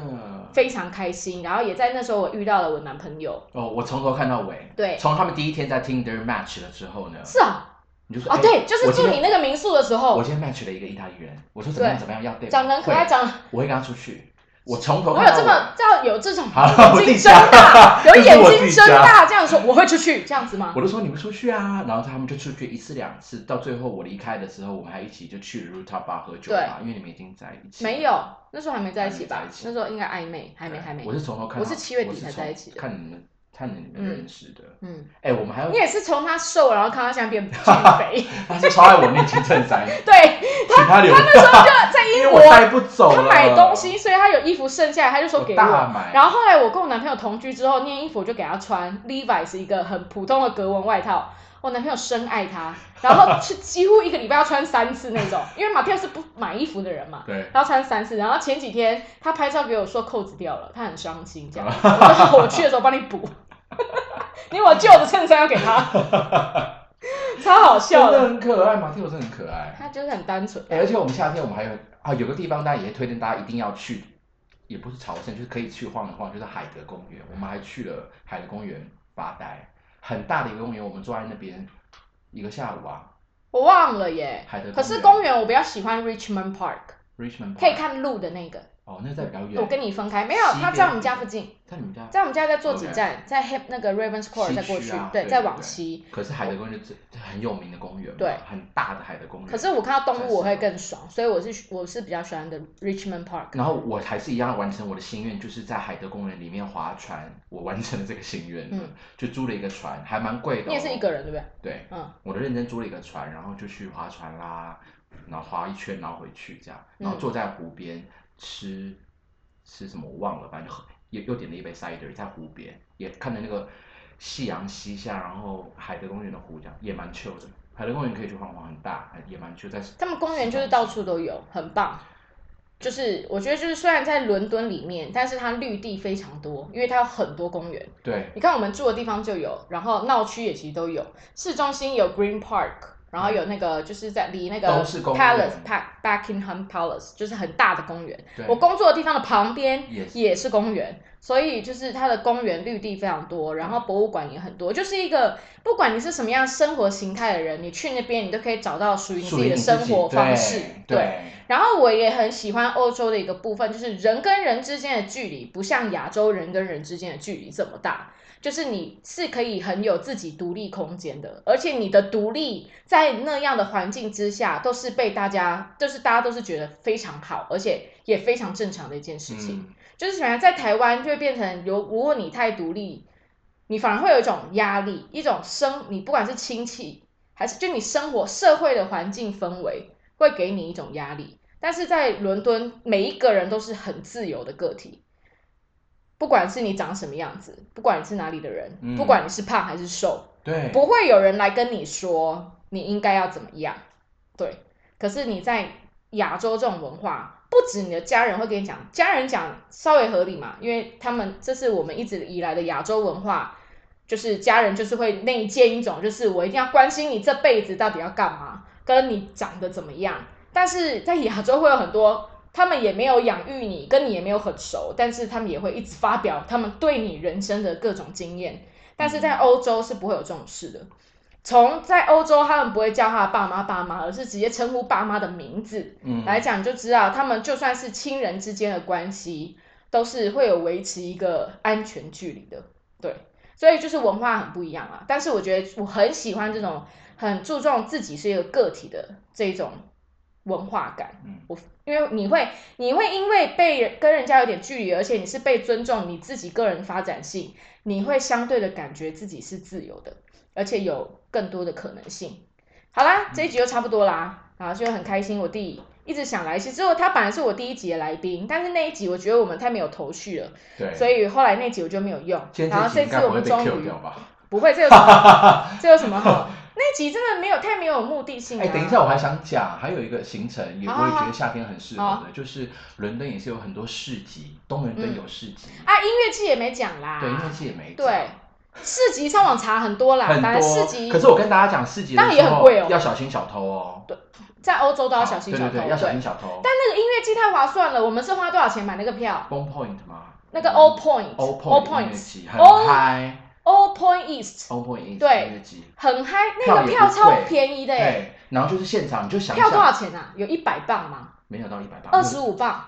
Speaker 1: 非常开心，然后也在那时候我遇到了我男朋友，
Speaker 2: 哦，我从头看到尾，
Speaker 1: 对
Speaker 2: 从他们第一天在 Tinder match 了之后呢，
Speaker 1: 是啊，
Speaker 2: 你就说
Speaker 1: 哦
Speaker 2: 哎
Speaker 1: 对，就是
Speaker 2: 我今
Speaker 1: 住
Speaker 2: 天
Speaker 1: 你那个民宿的时候，
Speaker 2: 我今天 match 了一个意大利人，我说怎么样
Speaker 1: 对
Speaker 2: 怎么样要对吧，
Speaker 1: 长得很可爱，
Speaker 2: 会
Speaker 1: 长得
Speaker 2: 我会跟他出去，我从头
Speaker 1: 我
Speaker 2: 看
Speaker 1: 有
Speaker 2: 到
Speaker 1: 这
Speaker 2: 尾
Speaker 1: 么要有这种
Speaker 2: 好了我
Speaker 1: 眼
Speaker 2: 自己
Speaker 1: 睛睁大，有
Speaker 2: 这是
Speaker 1: 眼
Speaker 2: 我
Speaker 1: 睛
Speaker 2: 自己
Speaker 1: 睁
Speaker 2: 加
Speaker 1: 大这样说，我会出去这样子吗？
Speaker 2: 我就说你们出去啊，然后他们就出去一次两次，到最后我离开的时候，我们还一起就去 rooftop bar 喝酒啊嘛，因为你们已经在一起了。
Speaker 1: 没有，那时候还没在一起
Speaker 2: 还
Speaker 1: 吧
Speaker 2: 没在一？起
Speaker 1: 那时候应该暧昧，还
Speaker 2: 对，啊
Speaker 1: 没还没
Speaker 2: 我。是从头看到，
Speaker 1: 我是七月底才
Speaker 2: 我是
Speaker 1: 在一起的
Speaker 2: 从看你们看你们认识的。
Speaker 1: 嗯，
Speaker 2: 哎、我们还要
Speaker 1: 你，也是从他瘦，然后看他现在变变 肥。
Speaker 2: 他是超爱我那件衬 衫，
Speaker 1: 对，
Speaker 2: 请他留
Speaker 1: 他那时候
Speaker 2: 着，
Speaker 1: 就在
Speaker 2: 因
Speaker 1: 英
Speaker 2: 为
Speaker 1: 国
Speaker 2: 我，带不走
Speaker 1: 他
Speaker 2: 了。
Speaker 1: 买东西，所以他有衣服剩下来，他就说
Speaker 2: 我
Speaker 1: 给
Speaker 2: 大
Speaker 1: 我。
Speaker 2: 买，
Speaker 1: 然后后来我跟我男朋友同居之后，那件衣服我就给他穿，Levi's 一个很普通的格纹外套。我男朋友深爱它，然后是几乎一个礼拜要穿三次那种， 因为马票是不买衣服的人嘛。
Speaker 2: 对，
Speaker 1: 然后穿三次，然后前几天他拍照给我说扣子掉了，他很伤心，这样。我说好我去的时候帮你补， 你我旧的衬衫要给他， 超好 笑
Speaker 2: 真的
Speaker 1: 的。
Speaker 2: 很可爱，马蒂欧真的很可爱。
Speaker 1: 他就是很单纯，
Speaker 2: 哎、而且我们夏天我们还有啊，有个地方大家也推荐大家一定要去，也不是朝圣，就是可以去晃一晃，就是海德公园。我们还去了海德公园发呆，很大的一个公园，我们坐在那边一个下午啊。
Speaker 1: 我忘了耶。
Speaker 2: 海德
Speaker 1: 可是公园我比较喜欢 Richmond Park，
Speaker 2: Richmond
Speaker 1: 可以
Speaker 2: Park
Speaker 1: 看路的那个。
Speaker 2: 哦，那在比较远。
Speaker 1: 我跟你分开，没有，
Speaker 2: 西边
Speaker 1: 他在我们家附近，
Speaker 2: 在你们家，
Speaker 1: 在我们家再坐几
Speaker 2: OK
Speaker 1: 站，在 Hip 那个 Ravens Court
Speaker 2: 西
Speaker 1: 再过
Speaker 2: 区
Speaker 1: 去
Speaker 2: 啊，
Speaker 1: 对，
Speaker 2: 对
Speaker 1: 再
Speaker 2: 对
Speaker 1: 往
Speaker 2: 对
Speaker 1: 西。
Speaker 2: 可是海德公园是这很有名的公园嘛，
Speaker 1: 对
Speaker 2: 很大的海德公园。
Speaker 1: 可是我看到动
Speaker 2: 真
Speaker 1: 物
Speaker 2: 是
Speaker 1: 我会更爽，所以我是我是比较喜欢的 Richmond Park。
Speaker 2: 然后我还是一样完成我的心愿，就是在海德公园里面划船，我完成了这个心愿了，
Speaker 1: 嗯
Speaker 2: 就租了一个船，还蛮贵的、哦。
Speaker 1: 你也是一个人对不对？
Speaker 2: 对，
Speaker 1: 嗯，
Speaker 2: 我就认真租了一个船，然后就去划船啦，然后划一圈，然后回去这样，然后
Speaker 1: 嗯
Speaker 2: 坐在湖边吃吃什么我忘了，反正就喝又又点了一杯 cider，在湖边也看着那个夕阳西下，然后海德公园的湖这样也蛮 chill 的。海德公园可以去晃晃，很大，很也蛮 chill 在。
Speaker 1: 他们公园就是到处都有，很棒。就是我觉得，就是虽然在伦敦里面，但是它绿地非常多，因为它有很多公园。
Speaker 2: 对，
Speaker 1: 你看我们住的地方就有，然后闹区也其实都有，市中心有 Green Park，然后有那个就是在离那个
Speaker 2: 都是公园
Speaker 1: Palace Back Buckingham Palace 就是很大的公园。
Speaker 2: 对
Speaker 1: 我工作的地方的旁边
Speaker 2: 也是
Speaker 1: 也是公园，所以就是它的公园绿地非常多，然后博物馆也很多，就是一个不管你是什么样生活形态的人，你去那边你都可以找到属于你自
Speaker 2: 属于
Speaker 1: 己
Speaker 2: 你
Speaker 1: 的
Speaker 2: 自
Speaker 1: 生
Speaker 2: 己
Speaker 1: 活方式。
Speaker 2: 对，
Speaker 1: 然后我也很喜欢欧洲的一个部分，就是人跟人之间的距离不像亚洲人跟人之间的距离这么大，就是你是可以很有自己独立空间的，而且你的独立在那样的环境之下都是被大家，就是大家都是觉得非常好，而且也非常正常的一件事情。
Speaker 2: 嗯，
Speaker 1: 就是反正在台湾就会变成有，如果你太独立，你反而会有一种压力，一种生你不管是亲戚还是就你生活社会的环境氛围，会给你一种压力。但是在伦敦，每一个人都是很自由的个体，不管是你长什么样子，不管你是哪里的人，
Speaker 2: 嗯
Speaker 1: 不管你是胖还是瘦，
Speaker 2: 对，
Speaker 1: 不会有人来跟你说你应该要怎么样，对。可是你在亚洲这种文化，不止你的家人会跟你讲，家人讲稍微合理嘛，因为他们这是我们一直以来的亚洲文化，就是家人就是会内建一种，就是我一定要关心你这辈子到底要干嘛，跟你长得怎么样。但是在亚洲会有很多，他们也没有养育你，跟你也没有很熟，但是他们也会一直发表他们对你人生的各种经验。但是在欧洲是不会有这种事的。从在欧洲，他们不会叫他的爸妈爸妈，而是直接称呼爸妈的名字
Speaker 2: 嗯
Speaker 1: 来讲，你就知道他们就算是亲人之间的关系，都是会有维持一个安全距离的。对，所以就是文化很不一样啊。但是我觉得我很喜欢这种很注重自己是一个个体的这种文化感。
Speaker 2: 嗯
Speaker 1: 我因为你会你会因为被人跟人家有点距离，而且你是被尊重你自己个人发展性，你会相对的感觉自己是自由的，而且有更多的可能性。好
Speaker 2: 嗯
Speaker 1: 啦，这一集就差不多啦，然后就很开心。我弟一直想来，其实我他本来是我第一集的来宾，但是那一集我觉得我们太没有头绪了，
Speaker 2: 对，
Speaker 1: 所以后来那集我就没有用。
Speaker 2: 今天
Speaker 1: 然后
Speaker 2: 这集
Speaker 1: 这次
Speaker 2: 应该
Speaker 1: 我
Speaker 2: 不会
Speaker 1: 们
Speaker 2: 被
Speaker 1: 终
Speaker 2: Q
Speaker 1: 于
Speaker 2: 掉吧？
Speaker 1: 不会，这有什 么？这有什么好？那集真的没有太没有目的性、啊。
Speaker 2: 哎，等一下，我还想讲，还有一个行程，也
Speaker 1: 好
Speaker 2: 我也
Speaker 1: 好
Speaker 2: 觉
Speaker 1: 好
Speaker 2: 得夏天很适
Speaker 1: 好
Speaker 2: 合
Speaker 1: 啊
Speaker 2: 的，就是伦敦也是有很多市集，东伦敦有市集，
Speaker 1: 啊，音乐季也没讲啦。
Speaker 2: 对，因为这也没
Speaker 1: 啊对
Speaker 2: 讲
Speaker 1: 市集上网查很多啦，
Speaker 2: 很
Speaker 1: 反正市
Speaker 2: 多
Speaker 1: 集，
Speaker 2: 可是我跟大家讲，市集的
Speaker 1: 当然也
Speaker 2: 时
Speaker 1: 很
Speaker 2: 候
Speaker 1: 贵哦
Speaker 2: 要小心小偷哦，
Speaker 1: 在欧洲都要小心小偷。
Speaker 2: 对对对，要小心小偷。
Speaker 1: 但那个音乐季太划算了，我们是花多少钱买那个票？
Speaker 2: Bone Point 吗？
Speaker 1: 那个 O Point
Speaker 2: O
Speaker 1: O
Speaker 2: Point 音
Speaker 1: Point
Speaker 2: 乐季
Speaker 1: O-
Speaker 2: 很嗨
Speaker 1: O Point East
Speaker 2: ，O Point 音
Speaker 1: 对
Speaker 2: 乐季，
Speaker 1: 很嗨，那个
Speaker 2: 票也
Speaker 1: 票
Speaker 2: 不
Speaker 1: 超
Speaker 2: 贵
Speaker 1: 便宜的耶，
Speaker 2: 对，然后就是现场你就想
Speaker 1: 票多
Speaker 2: 想，
Speaker 1: 少钱啊？有一百磅吗？
Speaker 2: 没有到一百磅，
Speaker 1: 二十五磅，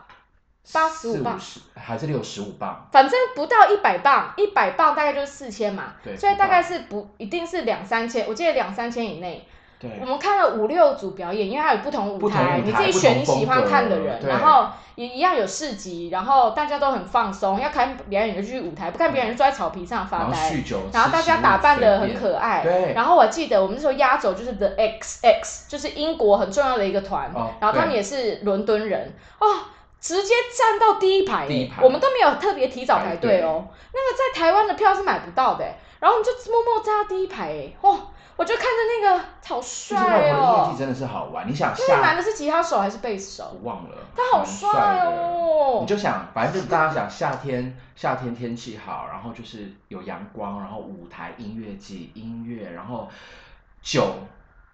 Speaker 1: 85
Speaker 2: 四
Speaker 1: 磅
Speaker 2: 十还是六十五磅，
Speaker 1: 反正不到一百磅，一百磅大概就是四千嘛，
Speaker 2: 对
Speaker 1: 所以
Speaker 2: 不
Speaker 1: 大
Speaker 2: 到
Speaker 1: 概是不一定是两三千，我记得两三千以内。
Speaker 2: 对
Speaker 1: 我，们看了五六组表演，因为它有不同舞
Speaker 2: 不同
Speaker 1: 台，
Speaker 2: 舞
Speaker 1: 你
Speaker 2: 台
Speaker 1: 自己
Speaker 2: 不
Speaker 1: 选
Speaker 2: 同
Speaker 1: 你
Speaker 2: 风
Speaker 1: 喜欢
Speaker 2: 格
Speaker 1: 看的人，
Speaker 2: 对
Speaker 1: 然后也一样有市集，然后大家都很放松，要看表演就去舞台，不看表演就坐在草皮上
Speaker 2: 然
Speaker 1: 发
Speaker 2: 后
Speaker 1: 呆。
Speaker 2: 酗酒，
Speaker 1: 然后大家打扮的很可
Speaker 2: 爱
Speaker 1: 爱，
Speaker 2: 对，
Speaker 1: 然后我记得我们那时候压轴就是 The X X，就是英国很重要的一个团，
Speaker 2: 哦
Speaker 1: 然后他
Speaker 2: 对
Speaker 1: 们也是伦敦人哦，直接站到第一排耶，
Speaker 2: 第一排
Speaker 1: 我们都没有特别提早排
Speaker 2: 排
Speaker 1: 队
Speaker 2: 队
Speaker 1: 哦。那个在台湾的票是买不到的耶，然后我们就默默站到第一排，哎，哦，我就看着那个好
Speaker 2: 就是外
Speaker 1: 帅
Speaker 2: 国的音乐
Speaker 1: 哦
Speaker 2: 季，真的是好玩，你想
Speaker 1: 那个男
Speaker 2: 下
Speaker 1: 的是吉他手还是贝斯手
Speaker 2: 我？忘了，
Speaker 1: 他好
Speaker 2: 蛮帅的。
Speaker 1: 哦
Speaker 2: 你，就想，反正就是大家想夏天，夏天天气好，然后就是有阳光，然后舞台音乐季音乐，然后酒，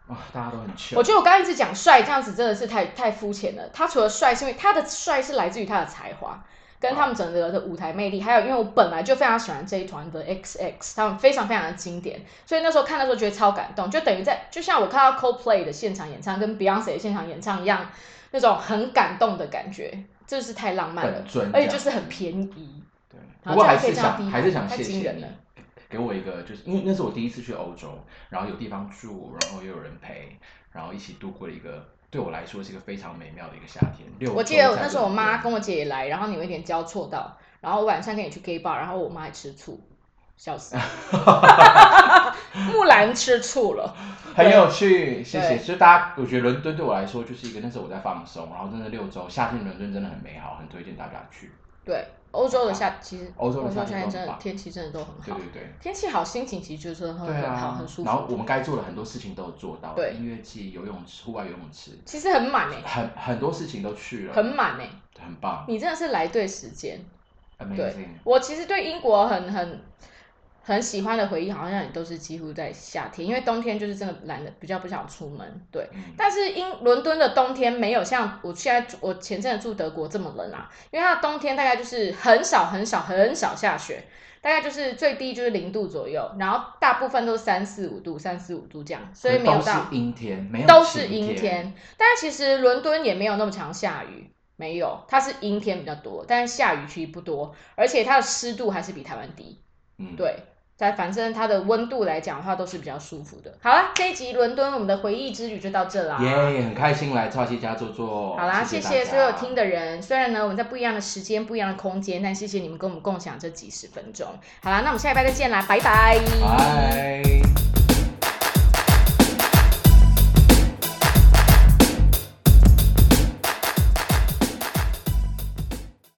Speaker 2: 哇、大家都很
Speaker 1: 我
Speaker 2: chill。
Speaker 1: 觉得我刚刚一直讲帅这样子真的是太太肤浅了。他除了帅，是因为他的帅是来自于他的才华，跟他们整个的舞台魅力，还有因为我本来就非常喜欢这一团的 XX，他们非常非常的经典，所以那时候看的时候觉得超感动，就等于在就像我看到 Coldplay 的现场演唱跟 Beyonce 的现场演唱一样，那种很感动的感觉，真是太浪漫了
Speaker 2: 很尊，
Speaker 1: 而且
Speaker 2: 这样
Speaker 1: 就是很便宜。
Speaker 2: 对，
Speaker 1: 然后
Speaker 2: 不过还
Speaker 1: 这样可以
Speaker 2: 是
Speaker 1: 这样逼
Speaker 2: 想还是想
Speaker 1: 太
Speaker 2: 谢
Speaker 1: 惊
Speaker 2: 谢
Speaker 1: 人
Speaker 2: 你
Speaker 1: 了，
Speaker 2: 给我一个，就是因为那是我第一次去欧洲，然后有地方住，然后又有人陪，然后一起度过了一个对我来说是一个非常美妙的一个夏天。六
Speaker 1: 我记得
Speaker 2: 周
Speaker 1: 我
Speaker 2: 在
Speaker 1: 那时候我
Speaker 2: 伦
Speaker 1: 妈
Speaker 2: 敦
Speaker 1: 跟我姐也来，然后你有一点交错到，然后晚上跟你去 gay bar，然后我妈还吃醋，笑死。 木兰吃醋了，
Speaker 2: 很有趣，谢谢。
Speaker 1: 对
Speaker 2: 所以大家，我觉得伦敦对我来说就是一个那时候我在放松，然后真的六周夏天伦敦真的很美好，很推荐大家去。
Speaker 1: 对，欧洲的夏其实
Speaker 2: 欧洲的夏
Speaker 1: 现在
Speaker 2: 天都
Speaker 1: 真
Speaker 2: 很
Speaker 1: 的
Speaker 2: 棒，
Speaker 1: 天气真的都很
Speaker 2: 对
Speaker 1: 好
Speaker 2: 对，对，
Speaker 1: 天气好心情其实就是很
Speaker 2: 对
Speaker 1: 很好，
Speaker 2: 啊
Speaker 1: 很舒。
Speaker 2: 然后我们
Speaker 1: 服。
Speaker 2: 该做的很多事情都有做到，
Speaker 1: 对
Speaker 2: 音乐季、游泳池、户外游泳池，
Speaker 1: 其实很满哎、
Speaker 2: 很很多事情都去了，
Speaker 1: 很满哎、
Speaker 2: 很棒
Speaker 1: 你真的是来对时间。对
Speaker 2: ，amazing。
Speaker 1: 我其实对英国很很可能喜欢的回忆好像也都是几乎在夏天，因为冬天就是真的懒得比较不想出门。对，
Speaker 2: 嗯，
Speaker 1: 但是因伦敦的冬天没有像我现在住我前阵子住德国这么冷啊，因为它的冬天大概就是很少很少很少下雪，大概就是最低就是零度左右，然后大部分都是三四五度、三四五度这样，所以没有
Speaker 2: 都
Speaker 1: 到
Speaker 2: 是阴天，没有
Speaker 1: 都是
Speaker 2: 晴
Speaker 1: 阴
Speaker 2: 天。
Speaker 1: 天。但其实伦敦也没有那么常下雨，没有，它是阴天比较多，但是下雨其实不多，而且它的湿度还是比台湾低。
Speaker 2: 嗯，
Speaker 1: 对，但反正它的温度来讲的话，都是比较舒服的。好啦，这一集伦敦我们的回忆之旅就到这啦。
Speaker 2: 耶，很开心来超西家坐坐。
Speaker 1: 好啦，谢
Speaker 2: 哦谢
Speaker 1: 谢
Speaker 2: 大
Speaker 1: 所有
Speaker 2: 家
Speaker 1: 听的人。虽然呢，我们在不一样的时间、不一样的空间，但谢谢你们跟我们共享这几十分钟。好啦，那我们下礼拜再见啦，拜拜。
Speaker 2: 拜。